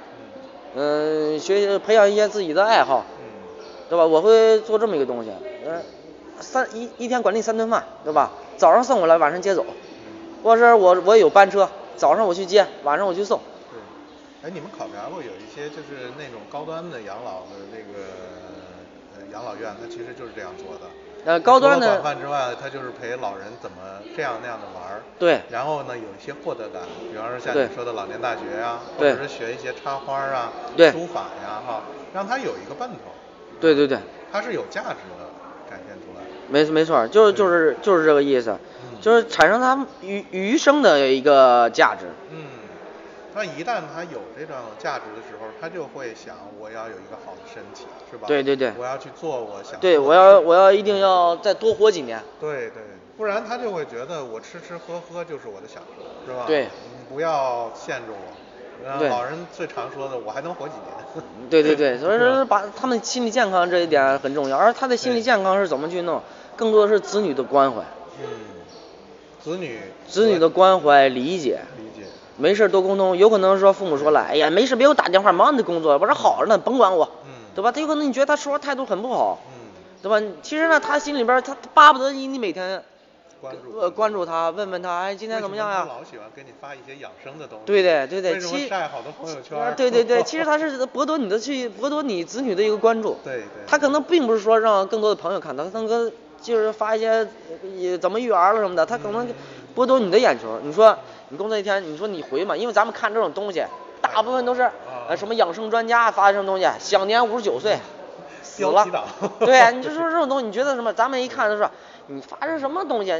Speaker 2: 嗯，学培养一些自己的爱好，
Speaker 1: 嗯
Speaker 2: 对吧？我会做这么一个东西，嗯，三一一天管理三顿饭，对吧？早上送过来，晚上接走，
Speaker 1: 嗯
Speaker 2: 或者是我我有班车，早上我去接，晚上我去送。
Speaker 1: 对，哎，你们考察过有一些就是那种高端的养老的这个呃养老院，它其实就是这样做的。
Speaker 2: 呃高端的
Speaker 1: 除了管饭之外，它就是陪老人怎么这样那样的玩儿。
Speaker 2: 对
Speaker 1: 然后呢，有一些获得感，比方说像
Speaker 2: 对
Speaker 1: 你说的老年大学呀、或
Speaker 2: 对
Speaker 1: 者是学一些插花啊、
Speaker 2: 对
Speaker 1: 书法呀、哈，让它有一个奔头，
Speaker 2: 对对对，
Speaker 1: 它是有价值的，展现出来。
Speaker 2: 没没错儿，就是就是就是这个意思，
Speaker 1: 嗯
Speaker 2: 就是产生他们余余生的一个价值。
Speaker 1: 嗯，那一旦他有这种价值的时候，他就会想我要有一个好的身体，是吧？
Speaker 2: 对对对
Speaker 1: 我要去做我想做的事。
Speaker 2: 对，我要我要一定要再多活几年。
Speaker 1: 对对，不然他就会觉得我吃吃喝喝就是我的享受，是吧？
Speaker 2: 对
Speaker 1: 你不要限制我。然后
Speaker 2: 对嗯
Speaker 1: 老人最常说的，我还能活几年？
Speaker 2: 对对对，所以
Speaker 1: 嗯是
Speaker 2: 说
Speaker 1: 吧
Speaker 2: 把他们心理健康这一点很重要，而他的心理
Speaker 1: 对
Speaker 2: 健康是怎么去弄，更多的是子女的关怀，
Speaker 1: 嗯，子女
Speaker 2: 子女的关怀理解，
Speaker 1: 理解，
Speaker 2: 没事儿多沟通，有可能说父母说了，哎呀没事别给我打电话，忙你的工作，我说好着呢，甭管我，
Speaker 1: 嗯
Speaker 2: 对吧？他有可能你觉得他说话态度很不好，
Speaker 1: 嗯，
Speaker 2: 对吧？其实呢，他心里边儿他他巴不得你你每天
Speaker 1: 关注
Speaker 2: 呃关注他，问问他，哎今天怎么样呀、
Speaker 1: 为什么他老喜欢给你发一些养生的东西。
Speaker 2: 对的，对的，
Speaker 1: 为什么
Speaker 2: 其
Speaker 1: 晒好多朋友圈
Speaker 2: 啊
Speaker 1: 儿？
Speaker 2: 对 对对，其实他是博得你的去博得你子女的一个关注。
Speaker 1: 对对
Speaker 2: 他可能并不是说让更多的朋友看到，他可能就是发一些呃也怎么育儿了什么的，他可能博得你的眼球。你说你工作一天，你说你回嘛？因为咱们看这种东西，大部分都
Speaker 1: 啊
Speaker 2: 是呃什么养生专家发这种东西，享年五十九岁。死
Speaker 1: 标
Speaker 2: 了，
Speaker 1: 题党
Speaker 2: 对，啊你就说这种东西，你觉得什么？咱们一看就说，你发这什么东西啊？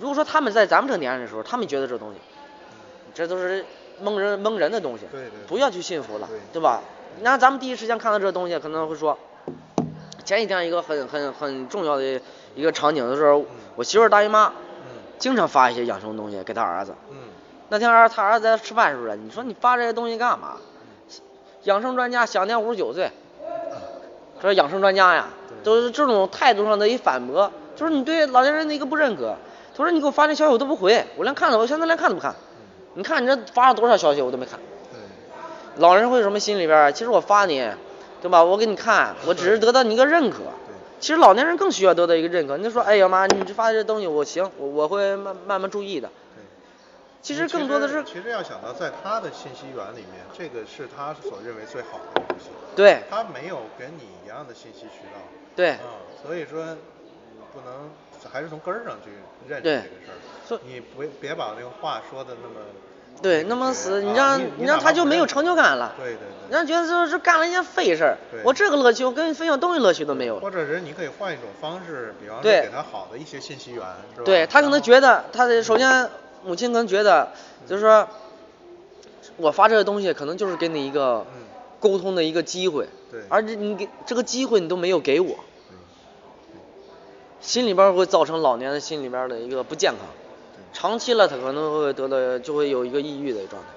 Speaker 2: 如果说他们在咱们这年龄的时候，他们觉得这东西，这都是蒙人蒙人的东西，
Speaker 1: 对对对
Speaker 2: 不要去信服了，
Speaker 1: 对
Speaker 2: 吧？那咱们第一时间看到这东西，可能会说，前几天一个很很很重要的一个场景的时候，我媳妇儿大姨妈
Speaker 1: 嗯
Speaker 2: 经常发一些养生东西给她儿子。
Speaker 1: 嗯
Speaker 2: 那天儿他儿子在吃饭时候，你说你发这些东西干嘛？养生专家享年五十九岁，这养生专家呀，
Speaker 1: 对
Speaker 2: 都是这种态度上的一反驳，就是你对老年人的一个不认可。他说你给我发这消息我都不回，我连看都我现在连看都不看。你看你这发了多少消息我都没看。
Speaker 1: 嗯对，
Speaker 2: 老人会有什么心里边儿？啊其实我发你，对吧？我给你看，我只是得到你一个认可。其实老年人更需要得到一个认可。你就说，哎呀妈，你这发的这东西我行，我我会慢慢慢注意的。
Speaker 1: 对。
Speaker 2: 其
Speaker 1: 你
Speaker 2: 实更多的是
Speaker 1: 其实要想到在他的信息源里面，这个是他所认为最好的东西，
Speaker 2: 对
Speaker 1: 他没有跟你一样的信息渠道，
Speaker 2: 对
Speaker 1: 嗯，所以说你不能还是从根儿上去认识
Speaker 2: 对
Speaker 1: 这个事儿，
Speaker 2: 所
Speaker 1: 你不别把那个话说的那么
Speaker 2: 对，那么
Speaker 1: 啊
Speaker 2: 死，你让、
Speaker 1: 你你
Speaker 2: 让
Speaker 1: 哪
Speaker 2: 他
Speaker 1: 怕
Speaker 2: 就
Speaker 1: 不
Speaker 2: 没有
Speaker 1: 认
Speaker 2: 成就感了。
Speaker 1: 对对对
Speaker 2: 让人觉得就是干了一件废事儿
Speaker 1: 对，
Speaker 2: 我这个乐趣，我跟你分享东西乐趣都没有
Speaker 1: 或。者是你可以换一种方式，比方说
Speaker 2: 对
Speaker 1: 给他好的一些信息源，是吧？
Speaker 2: 对他可能觉得，他的首先母亲可能觉得，
Speaker 1: 嗯
Speaker 2: 就是说，我发这个东西可能就是给你一个
Speaker 1: 嗯
Speaker 2: 沟通的一个机会，
Speaker 1: 对
Speaker 2: 而且你给这个机会你都没有给我，
Speaker 1: 对
Speaker 2: 心里边儿会造成老年人心里边儿的一个不健康，长期了他可能会得到就会有一个抑郁的状态，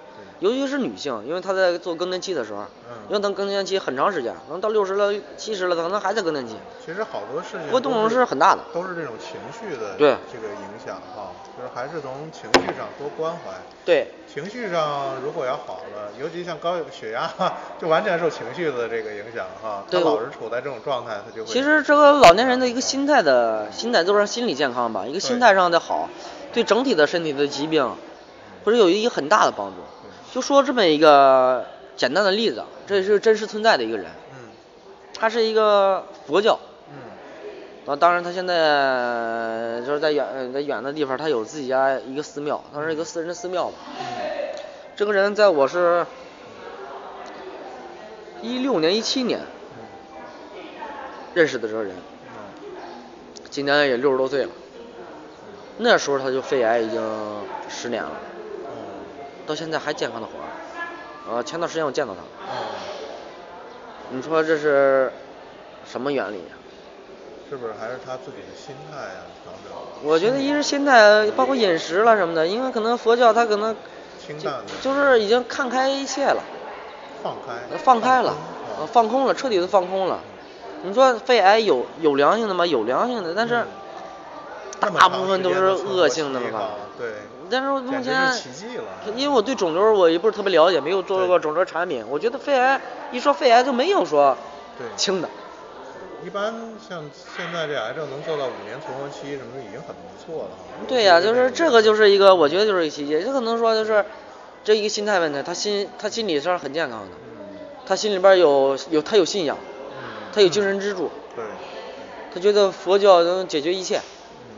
Speaker 1: 对
Speaker 2: 尤其是女性，因为她在做更年期的时候，
Speaker 1: 嗯
Speaker 2: 因为她更年期很长时间，可能到六十了、七十了，她可能还在更年期。
Speaker 1: 其实好多事情
Speaker 2: 波
Speaker 1: 都
Speaker 2: 动是很大的
Speaker 1: 都是这种情绪的
Speaker 2: 对
Speaker 1: 这个影响哈，就是还是从情绪上多关怀。
Speaker 2: 对，
Speaker 1: 情绪上如果要好了，尤其像高血压，就完全受情绪的这个影响哈。他
Speaker 2: 对
Speaker 1: 老
Speaker 2: 我
Speaker 1: 是处在这种状态，他就会。
Speaker 2: 其实这个老年人的一个心态的心态，就是心理健康吧，一个心态上的好，对整体的身体的疾病，会是有一个很大的帮助。就说这么一个简单的例子，啊这也是真实存在的一个人，
Speaker 1: 嗯
Speaker 2: 他是一个佛教，
Speaker 1: 嗯
Speaker 2: 啊，当然他现在呃就是在远呃在远的地方，他有自己家一个寺庙，他是一个私人的寺庙吧。
Speaker 1: 嗯
Speaker 2: 这个人在我是一六年一七年认识的这个人，
Speaker 1: 嗯
Speaker 2: 今年也六十多岁了，那时候他就肺癌已经十年了，到现在还健康的活着。呃，前段时间我见到他，
Speaker 1: 嗯嗯，
Speaker 2: 你说这是什么原理啊呀、
Speaker 1: 是不是还是他自己的心态啊调整？
Speaker 2: 我觉得一是心态，包括饮食了什么的，因为可能佛教他可能
Speaker 1: 清
Speaker 2: 就
Speaker 1: 淡的
Speaker 2: 就是已经看开一切了，
Speaker 1: 放开
Speaker 2: 呃放开了，呃
Speaker 1: 空
Speaker 2: 放空了，彻底的放空了。你说肺癌有有良性的吗？有良性的，但是大部分都是恶性的了吧？
Speaker 1: 对。
Speaker 2: 但是我目
Speaker 1: 简直
Speaker 2: 前
Speaker 1: 是奇迹了啊
Speaker 2: 因为我对肿瘤我也不是特别了解，没有做过
Speaker 1: 对
Speaker 2: 肿瘤产品。我觉得肺癌一说肺癌就没有说
Speaker 1: 对
Speaker 2: 轻的，
Speaker 1: 一般像现在这癌症能做到五年存活期什么的已经很不错了。
Speaker 2: 对呀、就是这个就是一个，我觉
Speaker 1: 得。
Speaker 2: 得就是一个奇迹。这可能说就是这一个心态问题，他心他心理上很健康的，
Speaker 1: 嗯
Speaker 2: 他心里边有有他有信仰，
Speaker 1: 嗯
Speaker 2: 他有精神支柱，
Speaker 1: 对，
Speaker 2: 他觉得佛教能解决一切，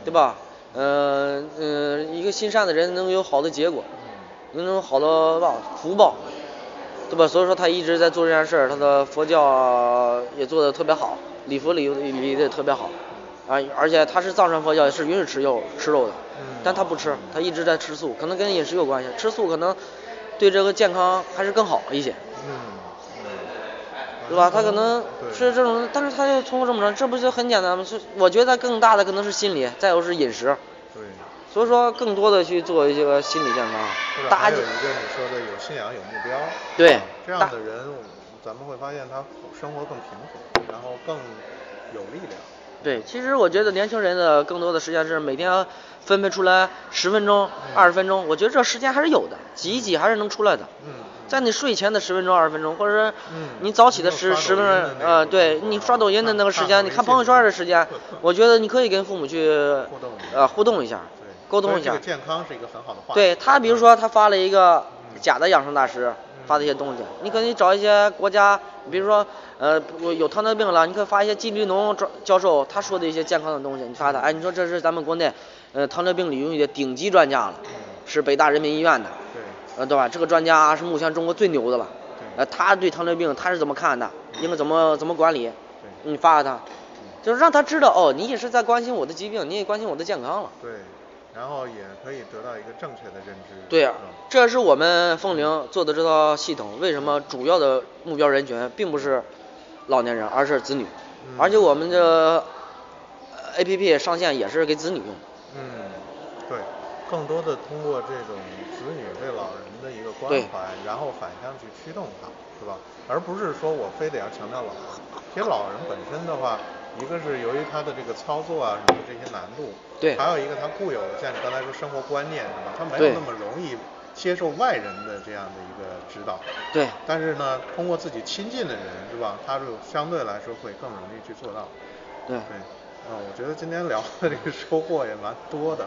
Speaker 2: 对吧？呃呃，一个心善的人能有好的结果，能有好的吧福报，对吧？所以说他一直在做这件事儿，他的佛教啊也做的特别好，礼佛礼礼的也特别好，啊，而且他是藏传佛教，是允许吃肉吃肉的，但他不吃，他一直在吃素，可能跟饮食有关系，吃素可能对这个健康还是更好一些。
Speaker 1: 嗯嗯，
Speaker 2: 对吧？他可能
Speaker 1: 对
Speaker 2: 是这种，但是他又存活这么长，这不就很简单吗？是我觉得更大的可能是心理，再有是饮食，
Speaker 1: 对，
Speaker 2: 所以说更多的去做一些心理健康
Speaker 1: 或，者
Speaker 2: 大
Speaker 1: 还
Speaker 2: 家
Speaker 1: 有
Speaker 2: 就
Speaker 1: 一个你说的有信仰有目标，
Speaker 2: 对
Speaker 1: 这样的人，我们咱们会发现他生活更平衡，然后更有力量。
Speaker 2: 对。其实我觉得年轻人的更多的时间是每天要分配出来十分钟、二十分钟，我觉得这时间还是有的，挤一挤还是能出来的。
Speaker 1: 嗯，
Speaker 2: 在你睡前的十分钟、二十分钟，或者是
Speaker 1: 嗯
Speaker 2: 你早起的十
Speaker 1: 你有刷
Speaker 2: 十
Speaker 1: 抖
Speaker 2: 分
Speaker 1: 音的
Speaker 2: 钟
Speaker 1: 那，个
Speaker 2: 呃，对
Speaker 1: 时间
Speaker 2: 你刷抖音的那个时间，
Speaker 1: 看
Speaker 2: 你看朋友圈的 时间
Speaker 1: 看抖音信息，
Speaker 2: 我觉得你可以跟父母去
Speaker 1: 互动一下
Speaker 2: 呃互动一下
Speaker 1: 对，，
Speaker 2: 沟通
Speaker 1: 所以
Speaker 2: 一下
Speaker 1: 这个。健康是一个很好的话题。
Speaker 2: 对他，比如说他发了一个
Speaker 1: 嗯
Speaker 2: 假的养生大师发的一些东西，你可以找一些国家，比如说呃我有糖尿病了，你可以发一些金立农教教授他说的一些健康的东西，你发
Speaker 1: 嗯
Speaker 2: 他，哎，你说这是咱们国内呃糖尿病领域的顶级专家了，是北大人民医院的，
Speaker 1: 嗯对，
Speaker 2: 呃对吧？这个专家是目前中国最牛的了，
Speaker 1: 对
Speaker 2: 呃他对糖尿病他是怎么看的，应该怎么怎么管理，
Speaker 1: 对嗯
Speaker 2: 你发给他，就是让他知道哦，你也是在关心我的疾病，你也关心我的健康了。
Speaker 1: 对，然后也可以得到一个正确的认知。
Speaker 2: 对啊呀、
Speaker 1: 嗯
Speaker 2: 这是我们凤玲做的这套系统，为什么主要的目标人群并不是老年人，而是子女，
Speaker 1: 嗯
Speaker 2: 而且我们的 A P P 上线也是给子女用。
Speaker 1: 嗯，对，更多的通过这种子女对老人的一个关
Speaker 2: 对
Speaker 1: 怀，然后反向去驱动他，是吧？而不是说我非得要强调老人。其实老人本身的话，一个是由于他的这个操作啊什么这些难度，
Speaker 2: 对
Speaker 1: 还有一个他固有的像你刚才说生活观念是吧？他没
Speaker 2: 对
Speaker 1: 有那么容易接受外人的这样的一个指导。
Speaker 2: 对
Speaker 1: 但是呢，通过自己亲近的人，是吧？他就相对来说会更容易去做到。
Speaker 2: 对
Speaker 1: 对，啊、我觉得今天聊的这个收获也蛮多的。